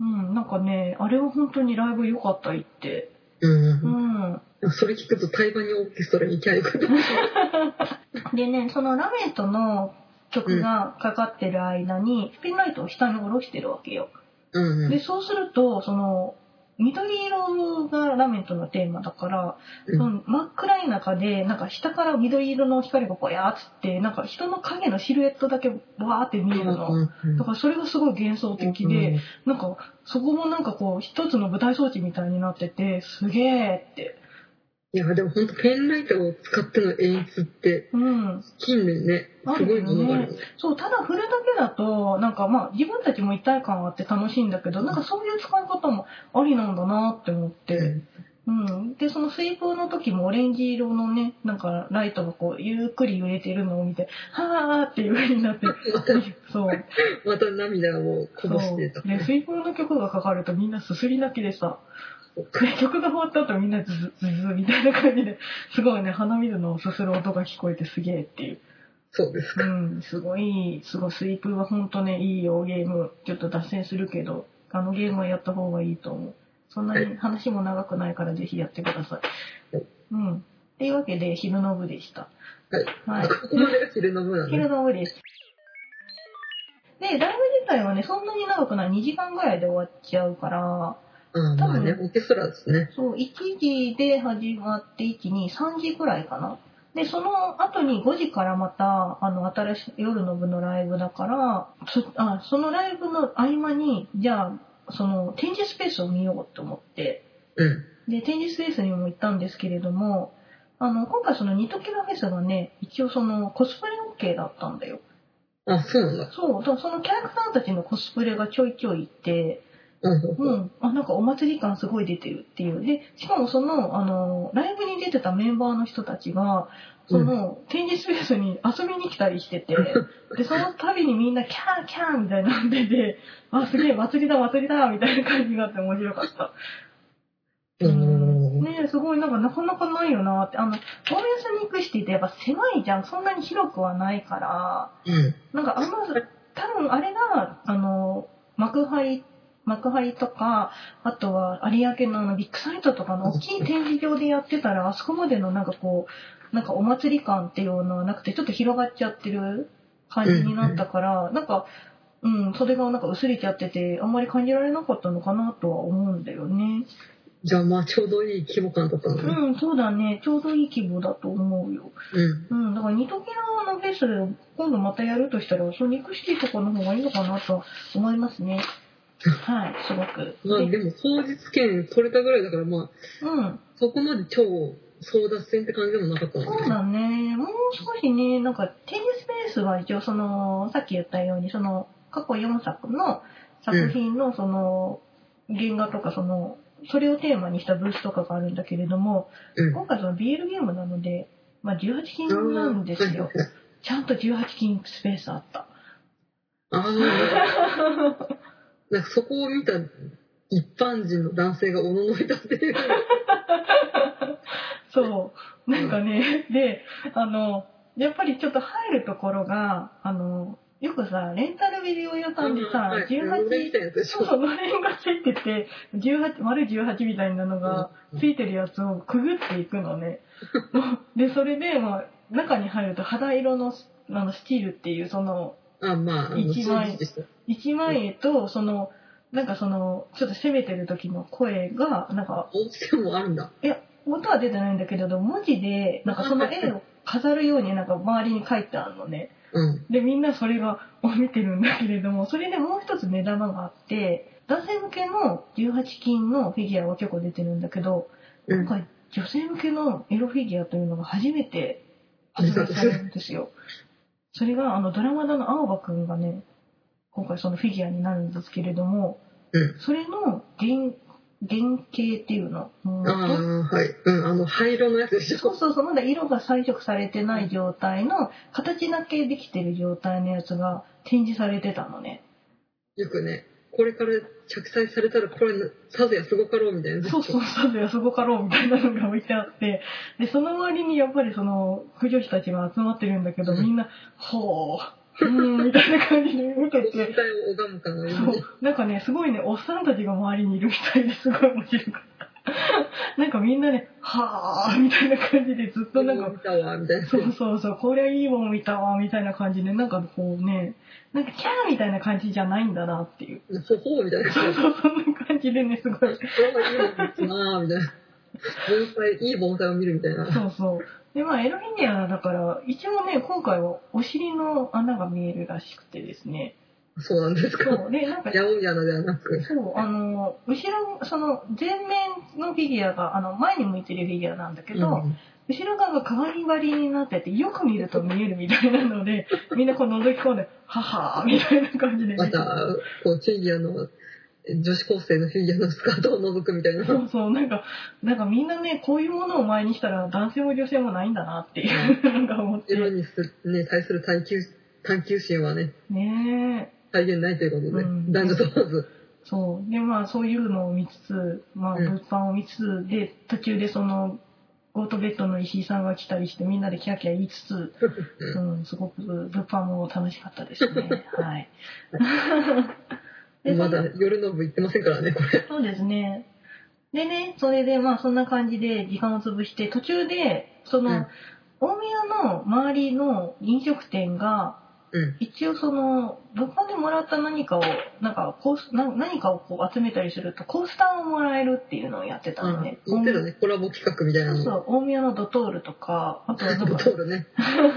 [SPEAKER 1] うん、なんかね、あれは本当にライブ良かった、行って。う。
[SPEAKER 2] うんん。それ聞くと対話にオーケストラに行きゃよかった。
[SPEAKER 1] でね、そのラメントの曲がかかってる間に、ピンライトを下に下ろしてるわけよ。
[SPEAKER 2] うんう
[SPEAKER 1] で
[SPEAKER 2] ん。
[SPEAKER 1] そうするとその緑色がラメントのテーマだから、
[SPEAKER 2] うん
[SPEAKER 1] その真っ暗い中でなんか下から緑色の光がぼやーっつってなんか人の影のシルエットだけわーって見えるの。だからそれがすごい幻想的で、
[SPEAKER 2] うん
[SPEAKER 1] なんかそこもなんかこう一つの舞台装置みたいになっててすげえって、
[SPEAKER 2] いや、でも本当ペンライトを使っての演出って、
[SPEAKER 1] うん、
[SPEAKER 2] 近年ね、すごいものがあるよね。
[SPEAKER 1] そうただ振るだけだとなんかまあ自分たちも一体感あって楽しいんだけどなんかそういう使い方もありなんだなって思って。
[SPEAKER 2] うん
[SPEAKER 1] うん、でその水泡の時もオレンジ色のねなんかライトがこうゆっくり揺れてるのを見て「はーっていう風になってそう
[SPEAKER 2] また涙をこぼ
[SPEAKER 1] そ
[SPEAKER 2] し
[SPEAKER 1] う
[SPEAKER 2] てた。
[SPEAKER 1] で水泡の曲がかかるとみんなすすり泣きでさで曲が終わった後みんなズズズズみたいな感じですごいね鼻水のすする音が聞こえてすげえっていう
[SPEAKER 2] そうです
[SPEAKER 1] う
[SPEAKER 2] か。
[SPEAKER 1] んすごいすごい水泡はほんとねいいよゲームちょっと脱線するけどあのゲームはやった方がいいと思うそんなに話も長くないからぜひやってください
[SPEAKER 2] はい
[SPEAKER 1] うんっていうわけで昼の部でした
[SPEAKER 2] はい。
[SPEAKER 1] はい
[SPEAKER 2] ここまでが昼の部なん
[SPEAKER 1] 昼
[SPEAKER 2] で。
[SPEAKER 1] の部ですでライブ自体はねそんなに長くない2時間ぐらいで終わっちゃうから
[SPEAKER 2] ああ、まあね、オーケストラですね。
[SPEAKER 1] そう、1時で始まって、1、2、3時くらいかな。で、その後に5時からまた、あの、新しい夜の部のライブだから、そあそのライブの合間に、じゃあ、その展示スペースを見ようと思って、
[SPEAKER 2] うん。
[SPEAKER 1] で、展示スペースにも行ったんですけれども、あの、今回そのニトキラフェスがね、一応そのコスプレ OK だったんだよ。
[SPEAKER 2] あ、そうなんだ。
[SPEAKER 1] そう、だからそのキャラクターたちのコスプレがちょいちょいいて、
[SPEAKER 2] なるほ
[SPEAKER 1] う
[SPEAKER 2] ど。
[SPEAKER 1] ん、あなんかお祭り感すごい出てるっていうでしかもそのあのライブに出てたメンバーの人たちがその展示スペースに遊びに来たりして
[SPEAKER 2] <laughs>
[SPEAKER 1] てでその度にみんなキャーキャーみたいなんでであすげえ祭りだ祭りだみたいな感じになって面白かった。
[SPEAKER 2] うん。
[SPEAKER 1] ねえすごいなんかなかなかないよなってあのゴールデンスニークシティってやっぱ狭いじゃんそんなに広くはないから
[SPEAKER 2] うん。
[SPEAKER 1] なんかあんま、多分あれが、あの、幕張、幕張とか、あとは有明のあのビッグサイトとかの大きい展示場でやってたら、あそこまでのなんかこう、なんかお祭り感っていうのはなくて、ちょっと広がっちゃってる感じになったから、なんか、うん、それがなんか薄れちゃってて、あんまり感じられなかったのかなとは思うんだよね。
[SPEAKER 2] じゃあまあちょうどいい規模感だったんだね。
[SPEAKER 1] うん、そうだね。ちょうどいい規模だと思うよ。
[SPEAKER 2] うん。
[SPEAKER 1] うん、だからニトキラのフェスを今度またやるとしたら、そのニクシティとかの方がいいのかなとは思いますね。はい、すごく。
[SPEAKER 2] まあ
[SPEAKER 1] で
[SPEAKER 2] でも当日券取れたぐらいだからまあ
[SPEAKER 1] うん、
[SPEAKER 2] そこまで超争奪戦って感じでもなかったん
[SPEAKER 1] そう
[SPEAKER 2] だね。
[SPEAKER 1] だね。もう少しね、なんか展示スペースは一応その、さっき言ったように、その、過去4作の作品のその、原画とかその、それをテーマにしたブースとかがあるんだけれども、
[SPEAKER 2] うん。
[SPEAKER 1] 今回その BL ゲームなので、まあ18禁なんですよ。ちゃんと18禁スペースあった。
[SPEAKER 2] ああ。なんかそこを見た一般人の男性がおののいたっていう。
[SPEAKER 1] そう。なんかね、で、あの、やっぱりちょっと入るところが、あの、よくさ、レンタルビデオ屋さんでさ、
[SPEAKER 2] はい呪いみ
[SPEAKER 1] 18、
[SPEAKER 2] たいなやつでし
[SPEAKER 1] そう
[SPEAKER 2] ょ。
[SPEAKER 1] そう、のれんがついてて、18、丸18みたいなのが
[SPEAKER 2] うん
[SPEAKER 1] ついてるやつをくぐっていくのね。 <laughs> で、それで、まあ、中に入ると肌色の、あの、スチールっていう、その、
[SPEAKER 2] あ、まあ、あ
[SPEAKER 1] 一枚
[SPEAKER 2] 真実でした
[SPEAKER 1] 1万円と、その、なんかその、ちょっと攻めてる時の声が、なんか、
[SPEAKER 2] 落ちてもあるんだ。
[SPEAKER 1] 音は出てないんだけれど文字でなんかその絵を飾るようになんか周りに書いてあるのね
[SPEAKER 2] うん。
[SPEAKER 1] でみんなそれがを見てるんだけれどもそれでもう一つ目玉があって男性向けの18金のフィギュアは結構出てるんだけど
[SPEAKER 2] うん
[SPEAKER 1] 今回女性向けのエロフィギュアというのが初めて発売されるんですよそれがあのドラマだの青葉くんがね今回そのフィギュアになるんですけれども、
[SPEAKER 2] うん
[SPEAKER 1] それの原原型っていうの、うん
[SPEAKER 2] ああ、はい。うん、あの、灰色のやつでし
[SPEAKER 1] そ
[SPEAKER 2] ょ。
[SPEAKER 1] うそうそう、まだ色が彩色されてない状態の、形だけできてる状態のやつが展示されてたのね。
[SPEAKER 2] よくね、これから着彩されたら、これ、さぞやすごかろうみたいなやつでし
[SPEAKER 1] そ
[SPEAKER 2] ょ。
[SPEAKER 1] うそうそう、でそこからみたいなのが置いてあって、で、その周りにやっぱりその、駆除師たちが集まってるんだけど、みんな、ほう、うーん、みたいな感じで見て
[SPEAKER 2] 全体
[SPEAKER 1] て、
[SPEAKER 2] を拝むかのよう
[SPEAKER 1] そ
[SPEAKER 2] に。
[SPEAKER 1] う、なんかね、すごいね、おっさんたちが周りにいるみたいですごい面白かった。なんかみんなね、はぁー、みたいな感じでずっとなんか
[SPEAKER 2] 見たわ、みたいな。
[SPEAKER 1] そうそうそう、こりゃいいもん見たわ、みたいな感じで、なんかこうね、なんかキャーみたいな感じじゃないんだなっていう。
[SPEAKER 2] ほほうみたいな。
[SPEAKER 1] そうそう、そんな感じでね、すごい。
[SPEAKER 2] これはいいもんですなぁみたいな。盆栽、いい盆栽を見るみたいな。
[SPEAKER 1] そうそう。で、まあ、エロヒニアだから、一応ね、今回はお尻の穴が見えるらしくてですね。
[SPEAKER 2] そうなんですか。
[SPEAKER 1] そう、で、なんか、
[SPEAKER 2] やおみやなではなく。
[SPEAKER 1] そう、あの、後ろ、その、前面のフィギュアが、あの、前に向いてるフィギュアなんだけど、
[SPEAKER 2] うん
[SPEAKER 1] 後ろ側が鏡張りになってて、よく見ると見えるみたいなので、みんなこう覗き込んで、ははーみたいな感じで、
[SPEAKER 2] また、こう、フィギュアの、女子高生のフィギュアのスカートを覗くみたいな。
[SPEAKER 1] そうそう、なんか、なんかみんなね、こういうものを前にしたら男性も女性もないんだなっていう、なんか思って
[SPEAKER 2] エ。ロにする、ね、対する探求、探求心はね、
[SPEAKER 1] ねえ。
[SPEAKER 2] 体現ないということで、
[SPEAKER 1] うん
[SPEAKER 2] 男女問わず。
[SPEAKER 1] そう。で、まあ、そういうのを見つつ、まあ、
[SPEAKER 2] うん
[SPEAKER 1] 物販を見つつ、で、途中でその、ゴートベッドの石井さんが来たりして、みんなでキャーキャー言いつつ、うん、すごく物販も楽しかったですね。はい。 <laughs> で
[SPEAKER 2] まだ夜の部行ってませんからね、これ。
[SPEAKER 1] そうですね。でね、それでまあそんな感じで時間を潰して、途中で、その、
[SPEAKER 2] うん
[SPEAKER 1] 大宮の周りの飲食店が、
[SPEAKER 2] うん。
[SPEAKER 1] 一応その、物販でもらった何かを、なんかコース、な何かをこう集めたりすると、コースターをもらえるっていうのをやってた
[SPEAKER 2] う
[SPEAKER 1] の
[SPEAKER 2] ん
[SPEAKER 1] ね。。
[SPEAKER 2] 言ってたね、コラボ企画みたい
[SPEAKER 1] 大
[SPEAKER 2] な
[SPEAKER 1] 宮
[SPEAKER 2] の。
[SPEAKER 1] そうそう、大宮のドトールとか、あとはなんか、
[SPEAKER 2] 通るね。あ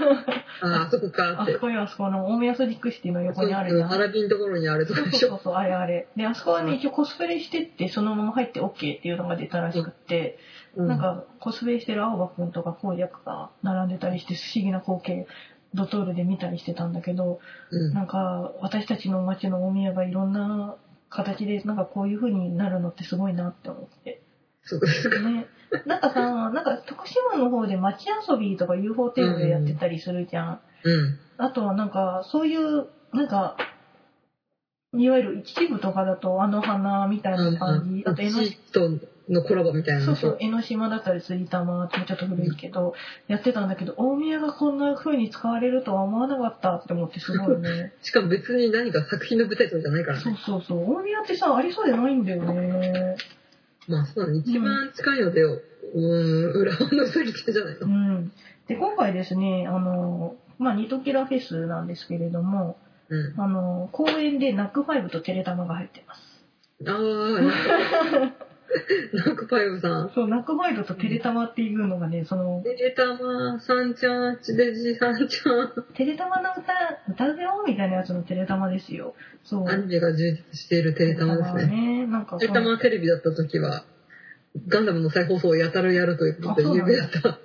[SPEAKER 2] ーあそこかーっ
[SPEAKER 1] あ
[SPEAKER 2] て
[SPEAKER 1] そ。こよ、あそこの大宮ソニックシティの横にあるじゃん。
[SPEAKER 2] 並びのところにあると
[SPEAKER 1] そ
[SPEAKER 2] こ
[SPEAKER 1] う
[SPEAKER 2] でし
[SPEAKER 1] そう
[SPEAKER 2] ょ。
[SPEAKER 1] そう、あれあれ。で、あそこはね、一応コスプレしてって、そのまま入って OK っていうのが出たらしくって、
[SPEAKER 2] うん
[SPEAKER 1] なんかコスプレしてる青葉くんとか紅白が並んでたりして不思議な光景ドトールで見たりしてたんだけど
[SPEAKER 2] うん
[SPEAKER 1] なんか私たちの街のお宮がいろんな形でなんかこういう風になるのってすごいなって思
[SPEAKER 2] <laughs>
[SPEAKER 1] って。
[SPEAKER 2] そうですか。
[SPEAKER 1] ね、なんかさ、なんか徳島の方で街遊びとか UFO テーブルやってたりするじゃん。
[SPEAKER 2] うん。
[SPEAKER 1] あとはなんか、そういう、なんか、いわゆる一部とかだと、あの花みたいな感じ。あと江ノ
[SPEAKER 2] チートのコラボみたいな
[SPEAKER 1] そ
[SPEAKER 2] の
[SPEAKER 1] うそう、江ノ島だったり、杉玉ってちょっと古いけど、やってたんだけど、大宮がこんな風に使われるとは思わなかったって思ってすごいね。
[SPEAKER 2] しかも別に何か作品の舞台とかじゃないから
[SPEAKER 1] そ
[SPEAKER 2] ね。
[SPEAKER 1] うそうそう、大宮ってさ、ありそうでないんだよね。
[SPEAKER 2] まあそうなの。一番近いので、うーん、裏方のうさぎちゃんじゃないうの。
[SPEAKER 1] ん。で、今回ですね、あの、まあ、ニトキラフェスなんですけれども、
[SPEAKER 2] うん。
[SPEAKER 1] あの、公園でナックファイブとテレタマが入ってます。
[SPEAKER 2] ああ、なんかパイオさん。
[SPEAKER 1] そう、ナックファイブとテレタマっていうのがね、その、
[SPEAKER 2] デレタマさんちゃん、ちでじさんちゃ
[SPEAKER 1] テレタマの歌、歌うよみたいなやつのテレタマですよ。そ
[SPEAKER 2] ん。ア
[SPEAKER 1] う。
[SPEAKER 2] ニメが充実しているテレタマですね。
[SPEAKER 1] ね。なんかこの、
[SPEAKER 2] テレタマはテレビだった時は、ガンダムの再放送をやたらやるということで
[SPEAKER 1] あそう
[SPEAKER 2] 有
[SPEAKER 1] なんだ
[SPEAKER 2] 名だった。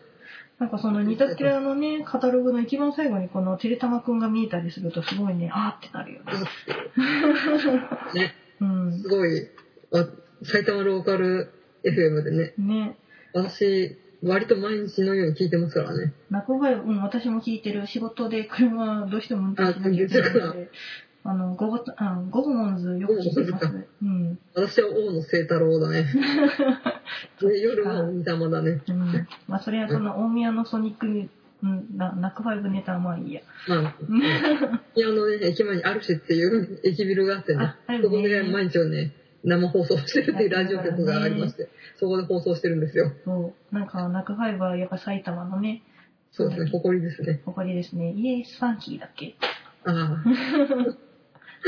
[SPEAKER 1] なんかそのニタキラのね、カタログの一番最後にこのてれたまくんが見えたりするとすごいね、あーってなるよね。
[SPEAKER 2] <laughs> ね、
[SPEAKER 1] うん
[SPEAKER 2] す。ごい、あ埼玉ローカル FM でね、
[SPEAKER 1] ね。
[SPEAKER 2] 私、割と毎日のように聞いてますからね。
[SPEAKER 1] 中林、うん、私も聞いてる。仕事で車どうしても運転しなきゃいけないので、あの、ゴゴ、あゴゴモンズよく聞いてますね。うん。
[SPEAKER 2] 私は大野聖太郎
[SPEAKER 1] <laughs>
[SPEAKER 2] だね。で夜は鬼玉だね。
[SPEAKER 1] うん。まあ、それはその大宮のソニックに、うん、な、ナクファイブネタはまあいいや。<laughs>
[SPEAKER 2] まあ、ピアノね、駅前にアルシェっていう <laughs> 駅ビルがあってね
[SPEAKER 1] あ、あるね
[SPEAKER 2] そこで毎日をね、生放送してるっていうラジオ局がありまして、そこで放送してるんですよ。
[SPEAKER 1] そう。なんか、ナクファイブはやっぱ埼玉のね、
[SPEAKER 2] そうですね、誇りですね。
[SPEAKER 1] 誇りですね。イエースファンキーだっけ
[SPEAKER 2] あ <laughs>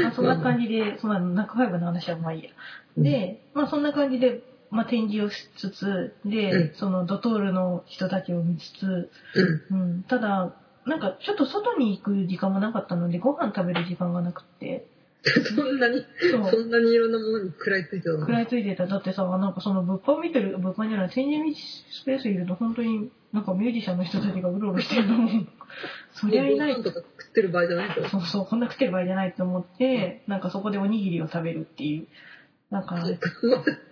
[SPEAKER 1] まあ、そんな感じで、そのナックファイブの話はまあいいや。
[SPEAKER 2] うん
[SPEAKER 1] で、まあそんな感じで、まあ展示をしつつ、で、
[SPEAKER 2] うん
[SPEAKER 1] そのドトールの人たちを見つつ、
[SPEAKER 2] あ、うん。
[SPEAKER 1] うん、ただ、なんかちょっと外に行く時間もなかったので、ご飯食べる時間がなくって、
[SPEAKER 2] そんなに、
[SPEAKER 1] そ
[SPEAKER 2] そ
[SPEAKER 1] うん
[SPEAKER 2] なにいろんなものに食らいついてたの
[SPEAKER 1] 食らいついてた。だってさ、なんかその物販見てる、物販じゃない、展示スペースいると本当になんかミュージシャンの人たちがうろうろしてる
[SPEAKER 2] <laughs>
[SPEAKER 1] のもん、そりゃいない
[SPEAKER 2] ご飯とか食ってる場合じゃないと。
[SPEAKER 1] そうそう、こんな食ってる場合じゃないと思って、なんかそこでおにぎりを食べるっていう。なんか、
[SPEAKER 2] <laughs>
[SPEAKER 1] そう、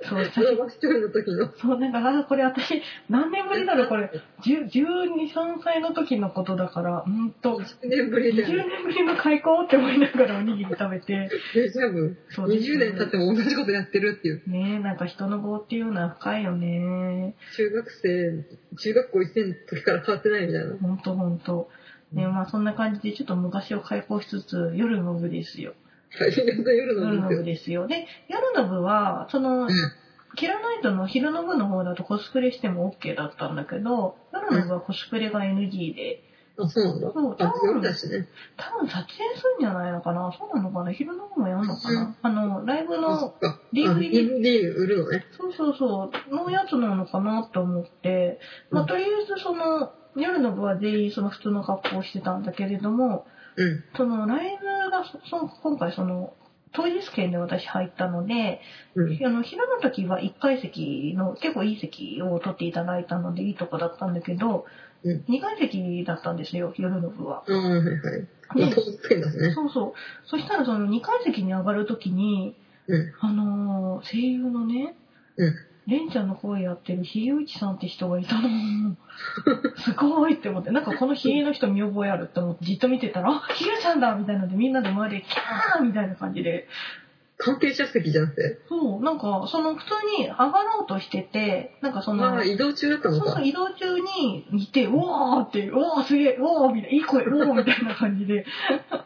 [SPEAKER 1] 久し
[SPEAKER 2] その場所の時 <laughs> の。
[SPEAKER 1] そう、なんか、あーこれ私、何年ぶりだろう、これ。10 12、3歳の時のことだから、うんと、
[SPEAKER 2] 20年ぶり
[SPEAKER 1] 20
[SPEAKER 2] だよね。
[SPEAKER 1] 年ぶりの開口って思いながらおにぎり食べて、
[SPEAKER 2] デジャブ。
[SPEAKER 1] そう
[SPEAKER 2] 20年経っても同じことやってるっていう。
[SPEAKER 1] ねえ、なんか人の棒っていうのは深いよね。
[SPEAKER 2] 中学生、中学校1年の時から変わってないみたいな。
[SPEAKER 1] ほんとほんと。ねまあそんな感じでちょっと昔を開放しつつ、夜の部ですよ。
[SPEAKER 2] 夜
[SPEAKER 1] 夜
[SPEAKER 2] の
[SPEAKER 1] の
[SPEAKER 2] です
[SPEAKER 1] 部
[SPEAKER 2] よ。
[SPEAKER 1] ですよ。で、夜の部は、その、
[SPEAKER 2] うん
[SPEAKER 1] キラナイトの昼の部の方だとコスプレしても OK だったんだけど、夜の部はコスプレが NG で、
[SPEAKER 2] あ、そうなんだ。
[SPEAKER 1] そう
[SPEAKER 2] あ、夜だしね。
[SPEAKER 1] 多分撮影するんじゃないのかなそうなのかな昼の方もやるのかな、あの、ライブ
[SPEAKER 2] あ、そ
[SPEAKER 1] の、
[SPEAKER 2] っか。
[SPEAKER 1] DVD
[SPEAKER 2] あ DVD 売るのね。
[SPEAKER 1] そうそうそう、のやつなのかなと思って、ま
[SPEAKER 2] う
[SPEAKER 1] あ、
[SPEAKER 2] ん
[SPEAKER 1] とりあえずその、夜の部は全員その普通の格好をしてたんだけれども、
[SPEAKER 2] うん。
[SPEAKER 1] そのライブがそ、そ今回その、当日券で私入ったので、
[SPEAKER 2] うん。
[SPEAKER 1] あの、昼の時は1階席の結構いい席を取っていただいたのでいいとこだったんだけど、
[SPEAKER 2] うん
[SPEAKER 1] 2階席だったんですよ、夜の部は。
[SPEAKER 2] ああ、はいはい。まあ、
[SPEAKER 1] で
[SPEAKER 2] 当然だしね。
[SPEAKER 1] そうそう。そしたらその2階席に上がるときに、
[SPEAKER 2] うん。
[SPEAKER 1] あのー声優のね、
[SPEAKER 2] うん。
[SPEAKER 1] レンちゃんの声やってるひゆういちさんって人がいたの。すごいって思って、なんかこのひゆの人見覚えあるって思ってじっと見てたら、あ、ひゆさんだみたいなのでみんなで周りでキャーみたいな感じで。
[SPEAKER 2] 関係者席じゃなくて。
[SPEAKER 1] そう、なんかその普通に上がろうとしてて、なんかその、
[SPEAKER 2] まあ、移動中だった
[SPEAKER 1] そ
[SPEAKER 2] の
[SPEAKER 1] うそ
[SPEAKER 2] か
[SPEAKER 1] う。移動中に見て、うわーって、うわーすげえ、うわーみたいな、いい声、うわーみたいな感じ
[SPEAKER 2] <laughs>
[SPEAKER 1] で。うん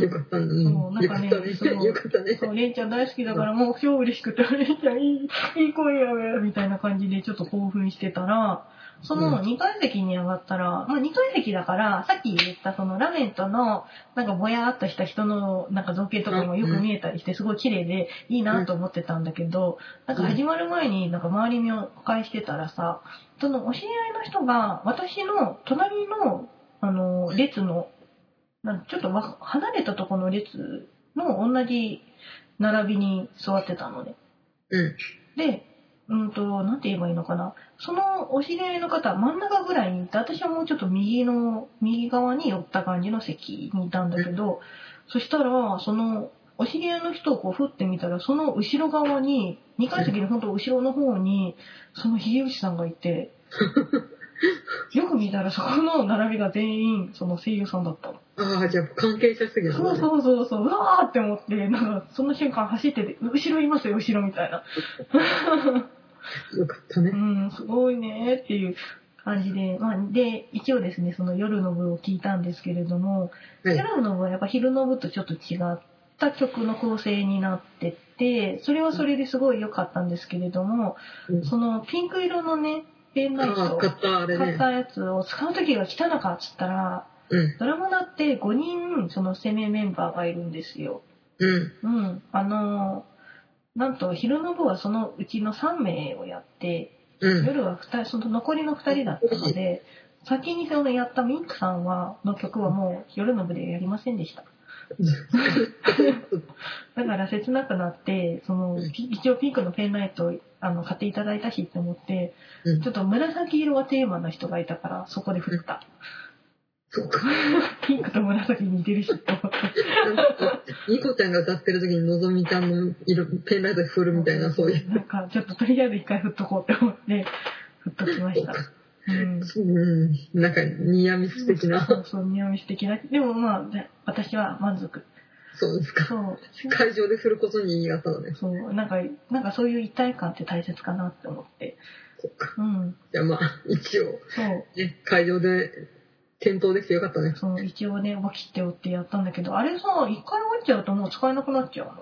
[SPEAKER 2] よかったね。うん
[SPEAKER 1] そうなん
[SPEAKER 2] よ
[SPEAKER 1] か
[SPEAKER 2] か
[SPEAKER 1] ね
[SPEAKER 2] ったね。
[SPEAKER 1] そう
[SPEAKER 2] <laughs> よかったね。
[SPEAKER 1] そう、レンちゃん大好きだからもう今日嬉しくて、レンちゃんいい、いい声やべ、みたいな感じでちょっと興奮してたら、その
[SPEAKER 2] う
[SPEAKER 1] 2階席に上がったら、まあ2階席だから、さっき言ったそのラメントの、なんかぼやーっとした人のなんか造形とかもよく見えたりして、すごい綺麗でいいなと思ってたんだけど、なんか始まる前になんか周り見を返してたらさ、そのお知り合いの人が、私の隣の、あの、列の、なんかちょっとわ離れたところの列の同じ並びに座ってたのね。
[SPEAKER 2] うん。
[SPEAKER 1] で、うんと、なんて言えばいいのかな。そのお知り合いの方、真ん中ぐらいにいて、私はもうちょっと右の、右側に寄った感じの席にいたんだけど、そしたら、その、お知り合いの人をこう、ふってみたら、その後ろ側に、2階席の本当後ろの方に、その秀吉さんがいて、よく見たらそこの並びが全員、その声優さんだったの。
[SPEAKER 2] ああ、じゃあ関係者すぎる
[SPEAKER 1] そう
[SPEAKER 2] う。
[SPEAKER 1] そうそうそう、うわーって思って、なんか、その瞬間走ってて、後ろいますよ、後ろみたいな。
[SPEAKER 2] よかった
[SPEAKER 1] う
[SPEAKER 2] ね。
[SPEAKER 1] ん、すごいねーっていう感じで、まあ、で、一応ですね、その夜の部を聞いたんですけれども、
[SPEAKER 2] はい
[SPEAKER 1] 夜の部はやっぱ昼の部とちょっと違った曲の構成になってて、それはそれですごい良かったんですけれども、
[SPEAKER 2] うん
[SPEAKER 1] そのピンク色のね、ペンライ
[SPEAKER 2] あ
[SPEAKER 1] ト
[SPEAKER 2] あ、
[SPEAKER 1] を
[SPEAKER 2] 買った、あれ
[SPEAKER 1] 買っ
[SPEAKER 2] ね。
[SPEAKER 1] たやつを使う時が来たのかっつったら、
[SPEAKER 2] うん。
[SPEAKER 1] ドラマだって5人その攻めメンバーがいるんですよ。
[SPEAKER 2] うん。
[SPEAKER 1] うん。あのーなんと昼の部はそのうちの3名をやって、
[SPEAKER 2] うん。
[SPEAKER 1] 夜は二人その残りの2人だったので先にそのやったミンクさんはの曲はもう夜の部でやりませんでしただから切なくなってその
[SPEAKER 2] うん
[SPEAKER 1] ピ一応ピンクのペンライトをあの買っていただいたしって思って
[SPEAKER 2] うん
[SPEAKER 1] ちょっと紫色がテーマの人がいたからそこで振った
[SPEAKER 2] そっか。
[SPEAKER 1] ピンクと紫似てるしと思って
[SPEAKER 2] ニコちゃんが歌ってる時にのぞみちゃんの色、ペンライトで振るみたいな、そういう。
[SPEAKER 1] なんかちょっととりあえず一回振っとこうって思って振っときましたうん
[SPEAKER 2] うん。なんか、ニヤミス的な
[SPEAKER 1] そ。うそう匂い素敵だでもまあね私は満足
[SPEAKER 2] そうですか。
[SPEAKER 1] そう
[SPEAKER 2] 会場で振ることに言い方だね。
[SPEAKER 1] そう、なんか、なんかそういう一体感って大切かなって思って。
[SPEAKER 2] そっか。
[SPEAKER 1] うん。
[SPEAKER 2] じゃあまあ、一応、
[SPEAKER 1] そう。
[SPEAKER 2] ね、会場で、店頭ですよかったね。
[SPEAKER 1] そう、一応ね、わきって折ってやったんだけど、あれさ、一回折っちゃうともう使えなくなっちゃうの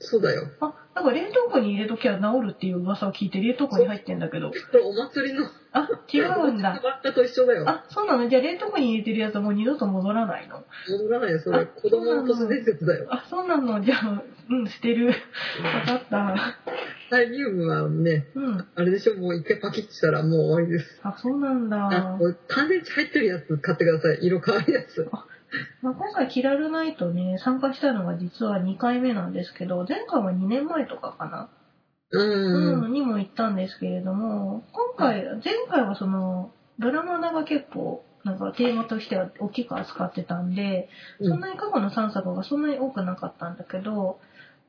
[SPEAKER 2] そうだよ。
[SPEAKER 1] あ、なんか冷凍庫に入れときゃ治るっていう噂を聞いて冷凍庫に入ってんだけど。
[SPEAKER 2] これお祭りの、
[SPEAKER 1] あ、違うんだ。
[SPEAKER 2] ばっかと一緒だよ。
[SPEAKER 1] あ、そうなのじゃあ冷凍庫に入れてるやつはもう二度と戻らないの
[SPEAKER 2] 戻らないよ、そ
[SPEAKER 1] あ
[SPEAKER 2] れ。子供の都市伝説だよ。
[SPEAKER 1] あ、そうなのじゃあ、うん、捨てる。わかった。
[SPEAKER 2] タイリウムはね、
[SPEAKER 1] うん。
[SPEAKER 2] あれでしょ、もう一回パキッとしたらもう終わりです。
[SPEAKER 1] あ、そうなん
[SPEAKER 2] あ
[SPEAKER 1] だ。、
[SPEAKER 2] これ乾電池入ってるやつ買ってください。色変わるやつ。
[SPEAKER 1] まあ、今回キラルナイトね、参加したのが実は2回目なんですけど、前回は2年前とかかな、
[SPEAKER 2] う
[SPEAKER 1] うん
[SPEAKER 2] ん。うん。
[SPEAKER 1] にも行ったんですけれども、今回、前回はその、ドラマが結構、なんかテーマとしては大きく扱ってたんで、そんなに過去の3作がそんなに多くなかったんだけど、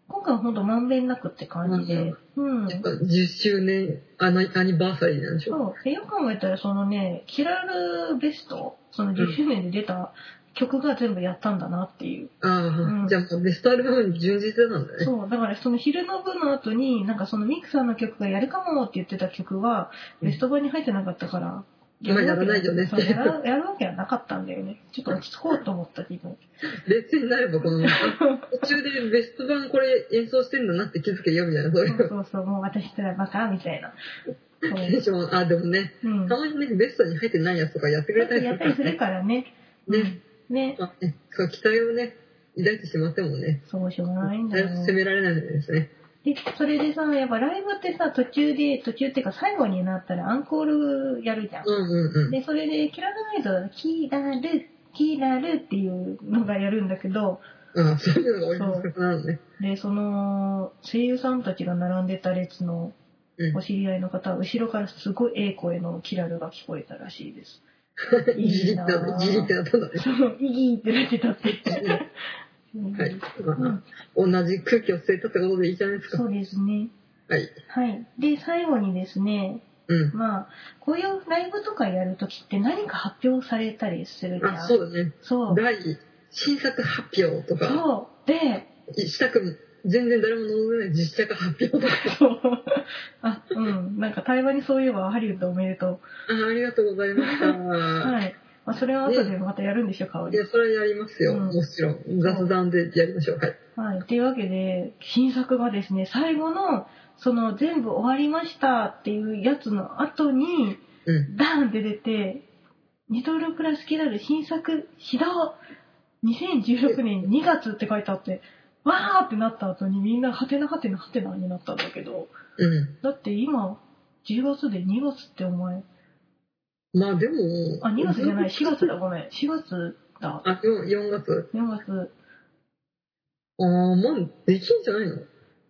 [SPEAKER 1] 今回はほんとまんべんなくって感じで、うん。
[SPEAKER 2] やっぱ10周年アナアニバーサリーなんでしょ。
[SPEAKER 1] そう。でよく考えたら、そのね、キラルベスト、その10周年で出た曲が全部やったんだなっていう。
[SPEAKER 2] あ
[SPEAKER 1] う
[SPEAKER 2] あ、
[SPEAKER 1] ん
[SPEAKER 2] じゃあもうベストアルバムに準じてたんだね。
[SPEAKER 1] そう、だからその昼の部の後に、なんかそのミクさんの曲がやるかもって言ってた曲は、
[SPEAKER 2] うん
[SPEAKER 1] ベスト版に入ってなかったから、
[SPEAKER 2] 今やらないよね
[SPEAKER 1] そうやら <laughs> やるわけはなかったんだよね。ちょっと落ち着こうと思ったけど。
[SPEAKER 2] 劣勢になれば
[SPEAKER 1] <laughs>
[SPEAKER 2] このまま、途中でベスト版これ演奏してんだなって気づけよみたいな、そうい
[SPEAKER 1] そう
[SPEAKER 2] う。
[SPEAKER 1] そうそう、もう私ったらバカみた
[SPEAKER 2] <laughs>
[SPEAKER 1] いな。そ
[SPEAKER 2] テン
[SPEAKER 1] う。
[SPEAKER 2] ション、あ、でもね、
[SPEAKER 1] うん。
[SPEAKER 2] たまにね、ベストに入ってないやつとかやってくれたりす
[SPEAKER 1] や
[SPEAKER 2] る
[SPEAKER 1] った
[SPEAKER 2] か
[SPEAKER 1] り
[SPEAKER 2] ら
[SPEAKER 1] する
[SPEAKER 2] ね。
[SPEAKER 1] からね。
[SPEAKER 2] ね
[SPEAKER 1] うん。ね。
[SPEAKER 2] まあねそう、期待をね、抱いてしまってもね、
[SPEAKER 1] そうしょうがないんだ
[SPEAKER 2] だい
[SPEAKER 1] よ
[SPEAKER 2] ぶ。責められないですね。
[SPEAKER 1] で、それでさ、やっぱライブってさ、途中で、途中っていうか最後になったらアンコールやるじゃん
[SPEAKER 2] う。んうんうん。
[SPEAKER 1] で、それで、キラルナイトは、キラル、キラルっていうのがやるんだけど、
[SPEAKER 2] ああ、そういうのが俺の仕方なのね。
[SPEAKER 1] で、その、声優さんたちが並んでた列の
[SPEAKER 2] うん
[SPEAKER 1] お知り合いの方は、後ろからすごいええ声のキラルが聞こえたらしいです。い
[SPEAKER 2] <laughs> い
[SPEAKER 1] い
[SPEAKER 2] じりって
[SPEAKER 1] な
[SPEAKER 2] な
[SPEAKER 1] ぁ
[SPEAKER 2] った、いじりってなったんだね。
[SPEAKER 1] そう、イギーってなってたって言って。
[SPEAKER 2] はい
[SPEAKER 1] うん、
[SPEAKER 2] まあ、同じ空気を吸えたってことでいいじゃないですか。
[SPEAKER 1] そうですね。
[SPEAKER 2] はい。
[SPEAKER 1] はい。で、最後にですね、
[SPEAKER 2] うん。
[SPEAKER 1] まあ、こういうライブとかやるときって何か発表されたりするじゃ
[SPEAKER 2] あ、
[SPEAKER 1] ん。
[SPEAKER 2] そうだね。
[SPEAKER 1] そう。
[SPEAKER 2] 第、新作発表とか、
[SPEAKER 1] そう。で、
[SPEAKER 2] したくも、全然誰も望んでない実写化発表とか、
[SPEAKER 1] そう。 <laughs> あ、うん。なんか対話にそういえばハリウッドおめでと
[SPEAKER 2] あありがとうございました。
[SPEAKER 1] う。はい。まあ、それは後でまたやるんでしょ、香
[SPEAKER 2] い
[SPEAKER 1] り。
[SPEAKER 2] や、それはやります
[SPEAKER 1] う
[SPEAKER 2] よ。
[SPEAKER 1] ん
[SPEAKER 2] もちろん。雑談でやりましょう。はい。
[SPEAKER 1] はい。というわけで、新作がですね、最後の、その全部終わりましたっていうやつの後に、
[SPEAKER 2] うん。
[SPEAKER 1] ダーンって出て、ニトルプラスキラル新作始動 !2016 年2月って書いてあって、わーってなった後にみんなハテナハテナハテナになったんだけど、
[SPEAKER 2] う
[SPEAKER 1] だって今、10月で2月ってお前、
[SPEAKER 2] ん。まあでも、
[SPEAKER 1] あ、2月じゃない、4月だ、ごめん。4月だ。
[SPEAKER 2] あ、4, 4月。
[SPEAKER 1] 4月。
[SPEAKER 2] ああ、もうできんじゃないの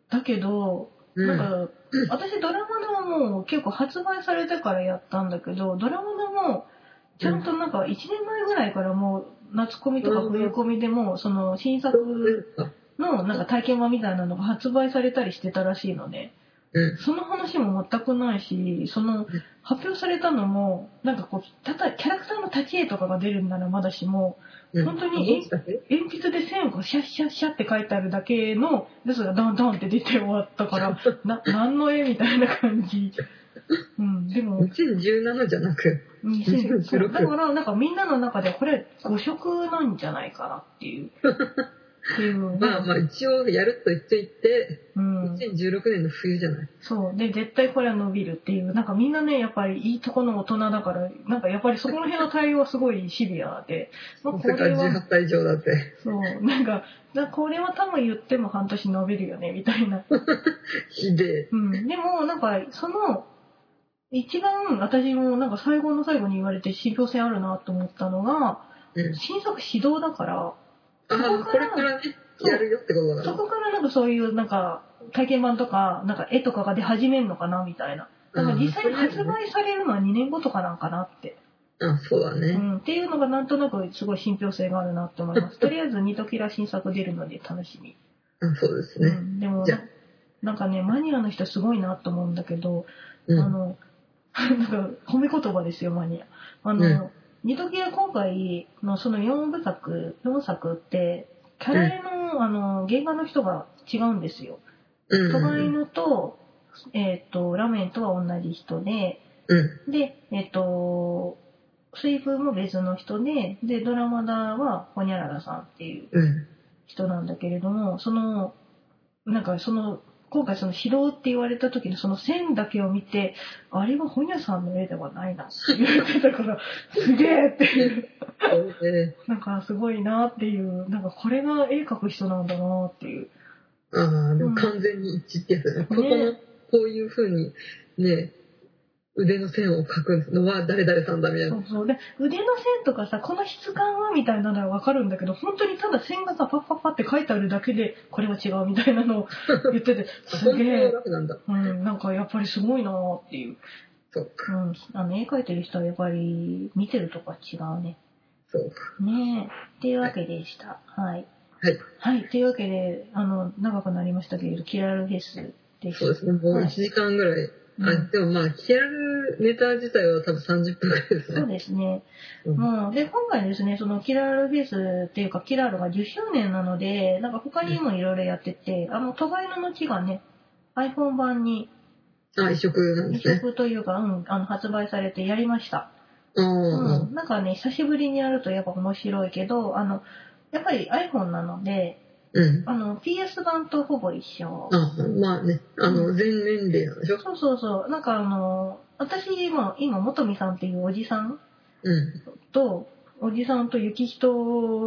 [SPEAKER 1] だけど、
[SPEAKER 2] うん。
[SPEAKER 1] なんか、私ドラマのはもう結構発売されてからやったんだけど、ドラマのも、ちゃんとなんか1年前ぐらいからもう、夏コミとか冬コミでも、その新
[SPEAKER 2] そう
[SPEAKER 1] 作
[SPEAKER 2] ですか
[SPEAKER 1] のなんか体験版みたいなのが発売されたりしてたらしいのね。
[SPEAKER 2] うん
[SPEAKER 1] その話も全くないし、その発表されたのも、なんかこう、たたキャラクターの立ち絵とかが出るんならまだしも、
[SPEAKER 2] うん
[SPEAKER 1] 本当に
[SPEAKER 2] 文字だけ
[SPEAKER 1] 鉛筆で線をこうシャッシャッシャッって書いてあるだけの、ですがダンダンって出て終わった
[SPEAKER 2] <laughs>
[SPEAKER 1] から、な、何の絵みたいな感じ。うん、でも、
[SPEAKER 2] 2017じゃなく、 <laughs>
[SPEAKER 1] 2000そう
[SPEAKER 2] 2016
[SPEAKER 1] だからなんかみんなの中でこれ5色なんじゃないかなっていう。っていう
[SPEAKER 2] <laughs> まあまあ一応やると言っていて、
[SPEAKER 1] うん、
[SPEAKER 2] 2016年の冬じゃない。
[SPEAKER 1] そうで絶対これは伸びるっていうなんかみんなねやっぱりいいとこの大人だからなんかやっぱりそこの辺の対応はすごいシビアで、まあ、こ
[SPEAKER 2] それか
[SPEAKER 1] れ
[SPEAKER 2] ら
[SPEAKER 1] は
[SPEAKER 2] 18歳以上だって。 <laughs>
[SPEAKER 1] そうなんかなこれは多分言っても半年伸びるよねみたいな
[SPEAKER 2] ひで
[SPEAKER 1] うん、でもなんかその一番私もなんか最後の最後に言われて信憑性あるなと思ったのが、
[SPEAKER 2] うん
[SPEAKER 1] 新作始動だから
[SPEAKER 2] え。ああ、これからね、やるよってことだ
[SPEAKER 1] そ
[SPEAKER 2] な。
[SPEAKER 1] こからなんかそういうなんか体験版とかなんか絵とかが出始めるのかなみたいな。だから実際に発売されるのは2年後とかなんかなって、
[SPEAKER 2] あ、そうだ
[SPEAKER 1] う
[SPEAKER 2] ね。
[SPEAKER 1] ん、っていうのがなんとなくすごい信憑性があるなって思います。とりあえずニトキラ新作出るので楽しみ。
[SPEAKER 2] あ、そうです
[SPEAKER 1] う
[SPEAKER 2] ね。
[SPEAKER 1] ん、でも
[SPEAKER 2] じゃあ
[SPEAKER 1] ななんかねマニアの人すごいなと思うんだけど、
[SPEAKER 2] うん。
[SPEAKER 1] あの、なんか、 <laughs> 褒め言葉ですよ、マニア。あの、
[SPEAKER 2] うん
[SPEAKER 1] 二度は今回のその4部作、4作って、キャラ絵の、あの、原画の人が違うんですよ。
[SPEAKER 2] うん
[SPEAKER 1] トガ
[SPEAKER 2] う
[SPEAKER 1] イ
[SPEAKER 2] ん
[SPEAKER 1] ヌと、えっ、と、ラメンとは同じ人で、
[SPEAKER 2] うん。
[SPEAKER 1] で、えっ、と、水風も別の人で、で、ドラマダはホニャララさんっていう
[SPEAKER 2] うん。
[SPEAKER 1] 人なんだけれどもそのなんかその今回その疲労って言われた時のその線だけを見てあれは本屋さんの絵ではないなって言ってたからすげえっていう
[SPEAKER 2] そうね。
[SPEAKER 1] なんかすごいなっていうなんかこれが絵描く人なんだなっていう
[SPEAKER 2] ああ、でも完全に一致ってやつだね。ここの、こういう風に、ね、腕の線を描くのは誰々さんだみたい
[SPEAKER 1] そ
[SPEAKER 2] な。
[SPEAKER 1] うそうで腕の線とかさこの質感はみたいなのは分かるんだけど本当にただ線がさパッパッパって書いてあるだけでこれは違うみたいなのを言っててす
[SPEAKER 2] 本
[SPEAKER 1] げ
[SPEAKER 2] 当は
[SPEAKER 1] え、
[SPEAKER 2] 楽なんだ。
[SPEAKER 1] うん、なんかやっぱりすごいなっていう。
[SPEAKER 2] そうか。
[SPEAKER 1] うん、あの絵描いてる人はやっぱり見てるとか違うね。
[SPEAKER 2] そうか。
[SPEAKER 1] ねえ。っていうわけでした。はい。
[SPEAKER 2] はい。
[SPEAKER 1] はい。というわけで、あの、長くなりましたけれど、キラルフェスでした。
[SPEAKER 2] そうですね。もう1時間ぐらい。
[SPEAKER 1] は
[SPEAKER 2] あ、でもまあ、キャルネタ自体は多分30分ぐらいです
[SPEAKER 1] い、そう
[SPEAKER 2] ね。
[SPEAKER 1] ですね。
[SPEAKER 2] うん
[SPEAKER 1] もう、で、今回ですね、そのキラルフェスっていうか、キラルが10周年なので、なんか他にもいろいろやってて、あの、トガイの木がね、iPhone 版に
[SPEAKER 2] あ、移植なん
[SPEAKER 1] 移
[SPEAKER 2] ですね。
[SPEAKER 1] 植というか、うん、あの、発売されてやりました。
[SPEAKER 2] ああ、
[SPEAKER 1] うん、なんかね、久しぶりにやるとやっぱ面白いけど、あの、やっぱり iPhone なので、
[SPEAKER 2] うん。
[SPEAKER 1] あの、PS 版とほぼ一緒。
[SPEAKER 2] あまあね、あ
[SPEAKER 1] う
[SPEAKER 2] の、全年齢なんでしょ
[SPEAKER 1] そうそうそう。なんかあの、私も今、元美さんっていうおじさん
[SPEAKER 2] うん。
[SPEAKER 1] と、おじさんと雪人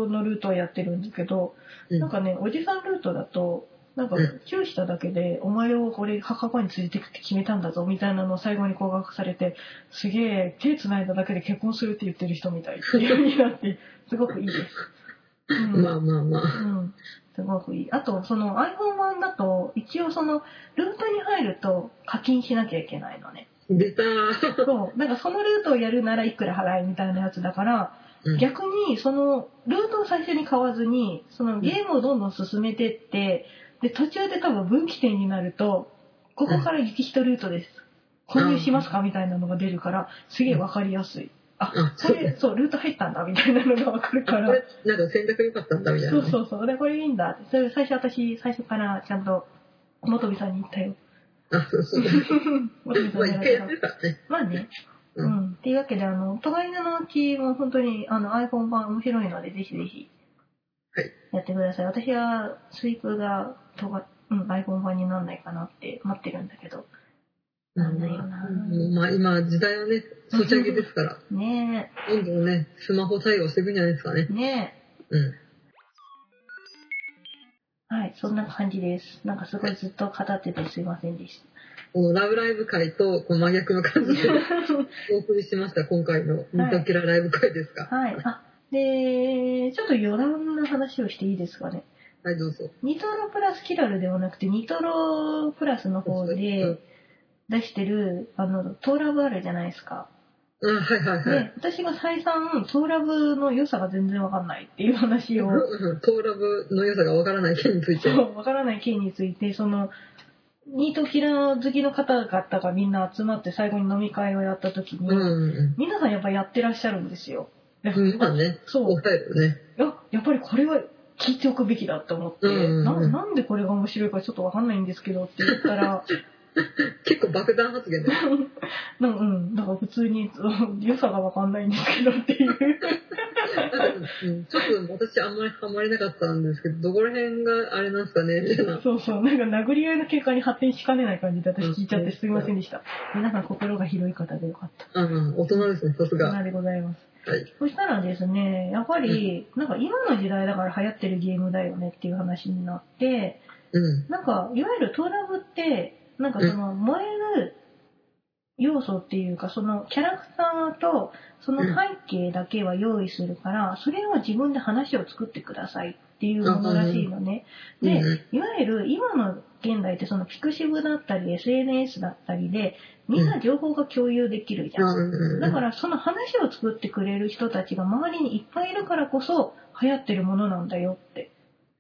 [SPEAKER 1] のルートをやってるんですけど、
[SPEAKER 2] うん
[SPEAKER 1] なんかね、おじさんルートだと、なんか
[SPEAKER 2] うん、
[SPEAKER 1] チューしただけで、お前をこれ墓場に連れてくって決めたんだぞ、みたいなのを最後に告白されて、すげえ、手繋いだだけで結婚するって言ってる人みたいっていう風になって、すごくいいです。うん
[SPEAKER 2] まあまあまあ。
[SPEAKER 1] うんすごくいい。あと、その iPhone 版だと、一応その、ルートに入ると課金しなきゃいけないのね。
[SPEAKER 2] 出たー。
[SPEAKER 1] そう。なんかそのルートをやるならいくら払いみたいなやつだから、
[SPEAKER 2] うん
[SPEAKER 1] 逆にその、ルートを最初に買わずに、そのゲームをどんどん進めてって、で、途中で多分分岐点になると、ここから雪人ルートです。購入しますかみたいなのが出るから、すげえわかりやすい。あこ
[SPEAKER 2] あ、そう
[SPEAKER 1] れ
[SPEAKER 2] ね。、
[SPEAKER 1] そう、ルート入ったんだ、みたいなのがわかる
[SPEAKER 2] あ、
[SPEAKER 1] か
[SPEAKER 2] こ
[SPEAKER 1] ら。
[SPEAKER 2] れ、なんか選択良かったんだみたい
[SPEAKER 1] そ
[SPEAKER 2] な
[SPEAKER 1] う
[SPEAKER 2] ね。
[SPEAKER 1] そうそう。で、これいいんだって。それ最初私、最初からちゃんと、元美さんに言った
[SPEAKER 2] <laughs>
[SPEAKER 1] よ。
[SPEAKER 2] あ、そうそう。
[SPEAKER 1] 元美さんにやられた
[SPEAKER 2] まあ、一回やってるからね。
[SPEAKER 1] まあね。う
[SPEAKER 2] うん
[SPEAKER 1] ん。っていうわけで、あの、隣のうちも本当に、あの、iPhone 版面白いので、ぜひぜひ
[SPEAKER 2] はい、
[SPEAKER 1] やってください。私は、スイープが、とが、うん、iPhone 版になんないかなって待ってるんだけど。なんだよな
[SPEAKER 2] うんまあ今、時代はね、ソシャゲですから、
[SPEAKER 1] ね
[SPEAKER 2] どんどんね、スマホ対応していくんじゃないですかね
[SPEAKER 1] え、。ね
[SPEAKER 2] うん。
[SPEAKER 1] え。はい、そんな感じです。なんかすごいずっと語っててすいませんでした。
[SPEAKER 2] このラブライブ会と、こう真逆の感じで <laughs> お送りしました、今回の、ミトキラライブ会ですか。
[SPEAKER 1] はい。あ、で、ちょっと余談の話をしていいですかね。
[SPEAKER 2] はい、どうぞ。
[SPEAKER 1] ニトロプラスキラルではなくて、ニトロプラスの方で出してる、あの、トーラブあるじゃないですか。
[SPEAKER 2] うん、はいはいはい。
[SPEAKER 1] で、私が再三、トーラブの良さが全然わかんないっていう話を、
[SPEAKER 2] うんうんトーラブの良さがわからない件について。
[SPEAKER 1] そうう、わからない件について、その、ニートキラー好きの方々がみんな集まって最後に飲み会をやった時に、
[SPEAKER 2] んうん
[SPEAKER 1] 皆さんやっぱやってらっしゃるんですよ。で
[SPEAKER 2] うん。まあね、
[SPEAKER 1] そう
[SPEAKER 2] お二人よね。
[SPEAKER 1] いや、やっぱりこれは聞いておくべきだって思って、
[SPEAKER 2] うんうんうん
[SPEAKER 1] ななんでこれが面白いかちょっとわかんないんですけどって言った
[SPEAKER 2] <laughs>
[SPEAKER 1] ら、
[SPEAKER 2] 結構爆弾発言だよ。
[SPEAKER 1] なんうん、なんか普通に <laughs> うん良さがわかんないんですけどっていう。
[SPEAKER 2] うんちょっと私あんまりハマれなかったんですけど、どこら辺があれなんですかねみたいな。
[SPEAKER 1] <laughs> そうそう、なんか殴り合いの結果に発展しかねない感じで私聞いちゃってすいませんでした。皆さん心が広い方でよかった。
[SPEAKER 2] うん、大人ですね、さすが。は
[SPEAKER 1] なでございます。
[SPEAKER 2] い。
[SPEAKER 1] そしたらですね、やっぱり、なんか今の時代だから流行ってるゲームだよねっていう話になって、
[SPEAKER 2] うん。
[SPEAKER 1] なんか、いわゆるトラブって、なんかその、燃える要素っていうか、そのキャラクターと、その背景だけは用意するから、それを自分で話を作ってくださいっていうものらしいのね。で、
[SPEAKER 2] うん
[SPEAKER 1] いわゆる今の現代ってそのピクシブだったり SNS だったりで、みんな情報が共有できるじゃん。
[SPEAKER 2] うん
[SPEAKER 1] だからその話を作ってくれる人たちが周りにいっぱいいるからこそ流行ってるものなんだよって。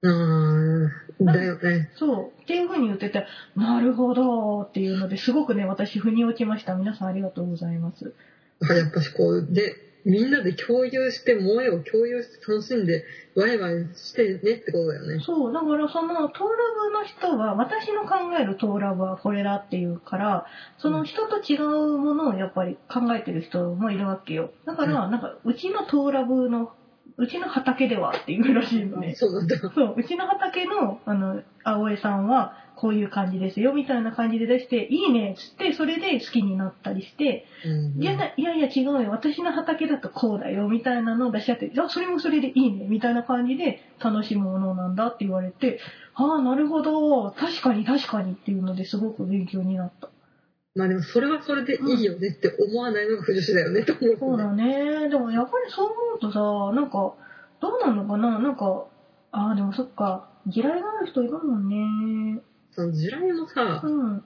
[SPEAKER 2] うんだよね。
[SPEAKER 1] そう。っていうふうに言ってて、なるほどーっていうのですごくね、私、腑に落ちました。皆さんありがとうございます。
[SPEAKER 2] だからやっぱしこう、で、みんなで共有して、萌えを共有して楽しんで、ワイワイしてねってことだよね。
[SPEAKER 1] そう。だからその、トーラブの人は、私の考えるトーラブはこれだっていうから、その人と違うものをやっぱり考えてる人もいるわけよ。だから、なんか、うちのトーラブの、うちの畑ではっていうらしいのね。
[SPEAKER 2] そうなんだ。
[SPEAKER 1] そう、うちの畑の、あの、青江さんは、こういう感じですよ、みたいな感じで出して、いいねっつって、それで好きになったりして、
[SPEAKER 2] うん
[SPEAKER 1] いやないやいや違うよ私の畑だとこうだよみたいなのを出し合ってあそれもそれでいいねみたいな感じで楽しむものなんだって言われてああなるほど確かに確かにっていうのですごく勉強になった
[SPEAKER 2] まあでもそれはそれでいいよねって思わないのが不女子だよねって思う、ね。
[SPEAKER 1] そうだねでもやっぱりそう思うとさなんかどうなのかななんかああでもそっか嫌いがある人いるもんね
[SPEAKER 2] その地雷もさ
[SPEAKER 1] う、ん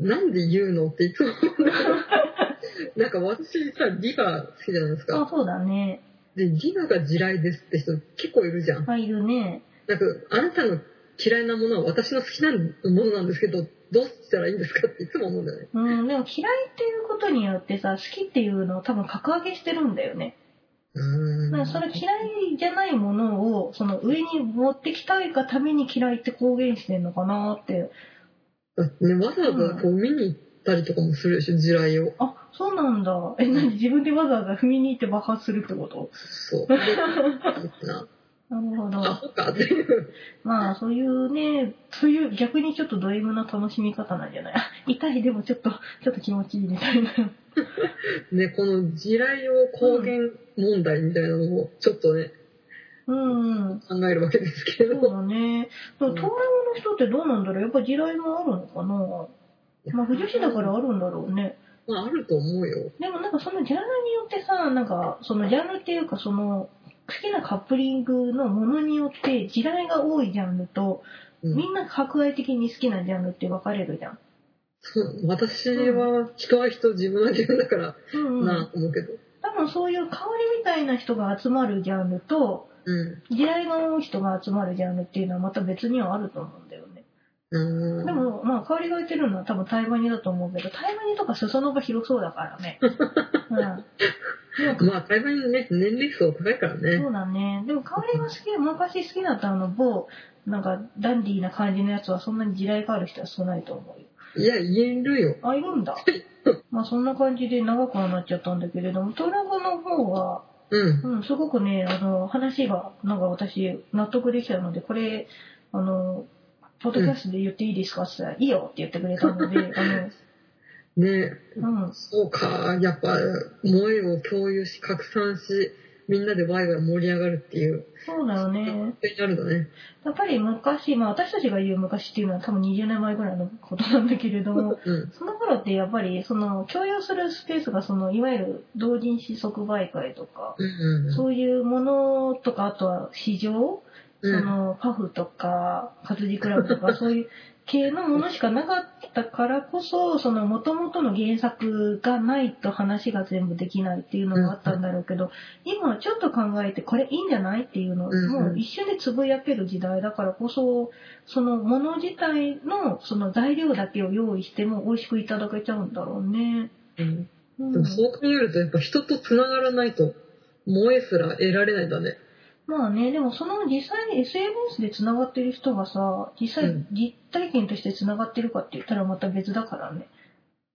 [SPEAKER 2] なんで言うのっていつも思
[SPEAKER 1] <laughs>
[SPEAKER 2] うんだけど。なんか私さ、リバ好きじゃないです
[SPEAKER 1] あ
[SPEAKER 2] か。
[SPEAKER 1] そうだね
[SPEAKER 2] で、リバが地雷ですって人結構いるじゃん。
[SPEAKER 1] あいるね
[SPEAKER 2] なんか、あなたの嫌いなものは私の好きなものなんですけど、どうしたらいいんですかっていつも思うんだよね。
[SPEAKER 1] うんでも嫌いっていうことによってさ好きっていうのを多分格上げしてるんだよね
[SPEAKER 2] う
[SPEAKER 1] ま
[SPEAKER 2] ー
[SPEAKER 1] あ
[SPEAKER 2] ん。
[SPEAKER 1] それ嫌いじゃないものをその上に持ってきたいがために嫌いって公言してんのかなって
[SPEAKER 2] だってね、わざわざこう見に行ったりとかもするでしょ、地雷を。
[SPEAKER 1] あそうなんだえ何自分でわざわざ踏みに行って爆発するってこと <laughs>
[SPEAKER 2] そう。でなんかな
[SPEAKER 1] なるほ
[SPEAKER 2] ア
[SPEAKER 1] ど
[SPEAKER 2] ホかっていう。
[SPEAKER 1] まあそういうねそういう逆にちょっとド M な楽しみ方なんじゃない <laughs> 痛いでもちょっとちょっと気持ちいいみたいな <laughs>
[SPEAKER 2] ね、この地雷を公言問題みたいなのをちょっとね、
[SPEAKER 1] うんうん
[SPEAKER 2] 考えるわけですけれ
[SPEAKER 1] そう
[SPEAKER 2] ど。
[SPEAKER 1] だねでも東の人ってどうなんだろうやっぱ地雷もあるのかなまあ不女子だからあるんだろうね
[SPEAKER 2] まあ、あると思うよ。
[SPEAKER 1] でもなんかそのジャンルによってさ、なんかそのジャンルっていうかその好きなカップリングのものによって時代が多いジャンルと
[SPEAKER 2] うん
[SPEAKER 1] みんな格外的に好きなジャンルって分かれるじゃん。
[SPEAKER 2] そう私は人は人、自分は自分だから
[SPEAKER 1] うんう
[SPEAKER 2] なあ
[SPEAKER 1] ん。
[SPEAKER 2] と思うけど。
[SPEAKER 1] 多分そういう香りみたいな人が集まるジャンルと
[SPEAKER 2] うん。
[SPEAKER 1] 時代が多い人が集まるジャンルっていうのはまた別にはあると思うんだよね。
[SPEAKER 2] うーん
[SPEAKER 1] でもまあ香りがいてるのは多分タイマニだと思うけど、タイマニとか裾野が広そうだから
[SPEAKER 2] <laughs>
[SPEAKER 1] ね。うん。
[SPEAKER 2] まあ、台湾ね、年齢層高いからね
[SPEAKER 1] そ。うだね。でも香りが好き、昔好きだったあの某、なんかダンディーな感じのやつはそんなに地雷がある人は少ないと思うよ。
[SPEAKER 2] いや、言えるよ。
[SPEAKER 1] あ、いるんだ。まあそんな感じで長くはなっちゃったんだけれども、トラゴの方は、
[SPEAKER 2] うん。
[SPEAKER 1] うん、すごくね、あの、話が、なんか私、納得できたので、これ、あの、ポッドキャストで言っていいですかって言ったら、いいよって言ってくれたので、
[SPEAKER 2] ね
[SPEAKER 1] あの、うん、
[SPEAKER 2] そうか。やっぱ、萌えを共有し、拡散し、みんなでワイワイ盛り上がるっていう。
[SPEAKER 1] そうだよね。
[SPEAKER 2] 本当にあるんだね。
[SPEAKER 1] やっぱり昔、まあ私たちが言う昔っていうのは多分20年前ぐらいのことなんだけれども、
[SPEAKER 2] うん。
[SPEAKER 1] その頃ってやっぱりその共有するスペースがそのいわゆる同人誌即売会とか、
[SPEAKER 2] うんうん。
[SPEAKER 1] そういうものとかあとは市場そのパフとか活字クラブとかそういう系のものしかなかったからこそその元々の原作がないと話が全部できないっていうのもあったんだろうけど、今ちょっと考えてこれいいんじゃないっていうのを、
[SPEAKER 2] うんうん
[SPEAKER 1] もう一瞬でつぶやける時代だからこそそのもの自体のその材料だけを用意しても美味しくいただけちゃうんだろうね。
[SPEAKER 2] うん
[SPEAKER 1] うん
[SPEAKER 2] でもそう考えるとやっぱ人と繋がらないと萌えすら得られないんだね
[SPEAKER 1] まあね、でもその実際に SNS で繋がってる人がさ、実
[SPEAKER 2] う
[SPEAKER 1] 際
[SPEAKER 2] ん
[SPEAKER 1] 実体験として繋がってるかって言ったらまた別だからね。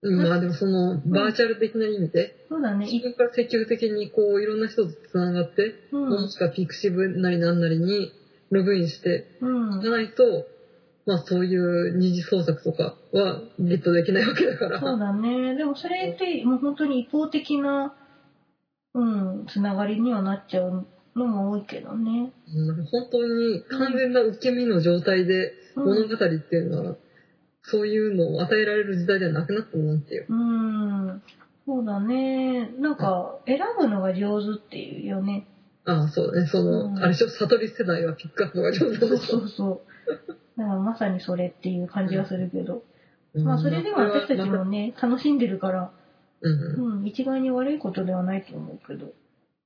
[SPEAKER 2] うんまあでもそのバーチャル的な意味で
[SPEAKER 1] そうだね、
[SPEAKER 2] 自
[SPEAKER 1] い
[SPEAKER 2] 分から積極的にこういろんな人と繋がって
[SPEAKER 1] う
[SPEAKER 2] も
[SPEAKER 1] ん、
[SPEAKER 2] しくはピクシブなりなんなりにログインして
[SPEAKER 1] うん
[SPEAKER 2] じ、ゃないとまあそういう二次創作とかはゲットできないわけだから
[SPEAKER 1] そうだね。でもそれってもう本当に一方的な、うん、繋がりにはなっちゃうのも多いけどね。
[SPEAKER 2] うん本当に完全な受け身の状態で
[SPEAKER 1] う
[SPEAKER 2] 物
[SPEAKER 1] ん、
[SPEAKER 2] 語っていうのはそういうのを与えられる時代ではなくなったなっていう。
[SPEAKER 1] うん、そうだね。なんか選ぶのが上手っていうよね。
[SPEAKER 2] ああ、そうだね。その、
[SPEAKER 1] うん
[SPEAKER 2] あれでしょ、悟り世代はピックアップが上手
[SPEAKER 1] そう
[SPEAKER 2] でし
[SPEAKER 1] そ
[SPEAKER 2] ょ。
[SPEAKER 1] う
[SPEAKER 2] <laughs>
[SPEAKER 1] そう。だからまさにそれっていう感じがするけど。
[SPEAKER 2] うん
[SPEAKER 1] まあそれでは私たちもね、楽しんでるから、
[SPEAKER 2] うん。
[SPEAKER 1] うん、一概に悪いことではないと思うけど。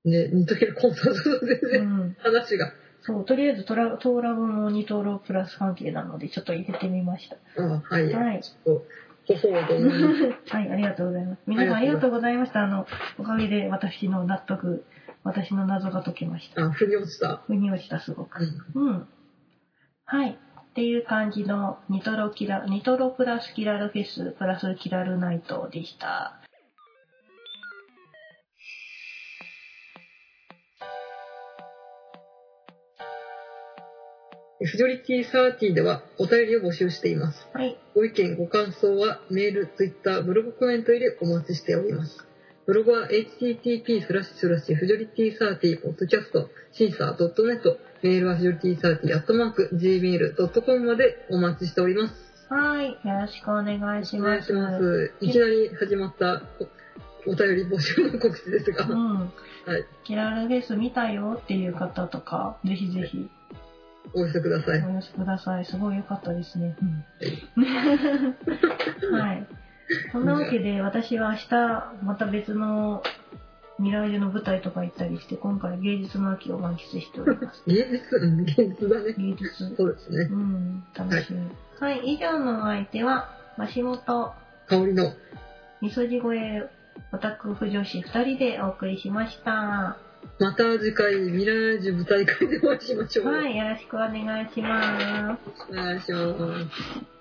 [SPEAKER 2] ね、似とけるコンサートと全
[SPEAKER 1] う <laughs>
[SPEAKER 2] 然
[SPEAKER 1] ん。
[SPEAKER 2] 話が。
[SPEAKER 1] そう、とりあえずトラ、トーラボもニトロプラス関係なので、ちょっと入れてみました。
[SPEAKER 2] ああ、はい。
[SPEAKER 1] <laughs> はい
[SPEAKER 2] ちょっと、ほほうと思います
[SPEAKER 1] はい、ありがとうございます。皆さんあ
[SPEAKER 2] あ
[SPEAKER 1] り
[SPEAKER 2] り
[SPEAKER 1] が
[SPEAKER 2] が
[SPEAKER 1] と
[SPEAKER 2] と
[SPEAKER 1] うございました。あの、おかげで私の納得、私の謎が解けました。
[SPEAKER 2] あ、腑に落ちた。
[SPEAKER 1] 腑に落ちた、すご
[SPEAKER 2] う
[SPEAKER 1] く。
[SPEAKER 2] ん。
[SPEAKER 1] うん。はい。っていう感じの、ニトロキラ、ニトロプラスキラルフェス、プラスキラルナイトでした。
[SPEAKER 2] フジョリティサーティではお便りを募集しています。
[SPEAKER 1] はい。
[SPEAKER 2] ご意見、ご感想はメール、ツイッター、ブログコメントよりお待ちしております。ブログは http スラッシュスラッシュフジョリティサーティポッドキャストシーサー .net メールはフジョリティサーティアットマーク gmail.com までお待ちしております。
[SPEAKER 1] はい。よろしくお願いし
[SPEAKER 2] お
[SPEAKER 1] ま
[SPEAKER 2] 願い
[SPEAKER 1] す。
[SPEAKER 2] します。いきなり始まったおお便り募集の告知ですが、
[SPEAKER 1] うん。
[SPEAKER 2] はい、
[SPEAKER 1] キラルフェス見たよっていう方とか、ぜひぜひ
[SPEAKER 2] お寄せくださ
[SPEAKER 1] お
[SPEAKER 2] い。
[SPEAKER 1] 寄せください。すごい良かったですね。はい。そんなわけで、私は明日、また別の未来での舞台とか行ったりして、今回芸術の秋を満喫しております。
[SPEAKER 2] 芸術、うん芸術だね。
[SPEAKER 1] 芸術。
[SPEAKER 2] そうですね。
[SPEAKER 1] うん、楽しみ。はい、以上のお相手は、橋本、
[SPEAKER 2] 香りの
[SPEAKER 1] みそじ越え、オタク婦女子2人でお送りしました。
[SPEAKER 2] また次回ミラージュ舞台会でお会いしましょう。
[SPEAKER 1] はい、よろしくお願いします。
[SPEAKER 2] お願いします。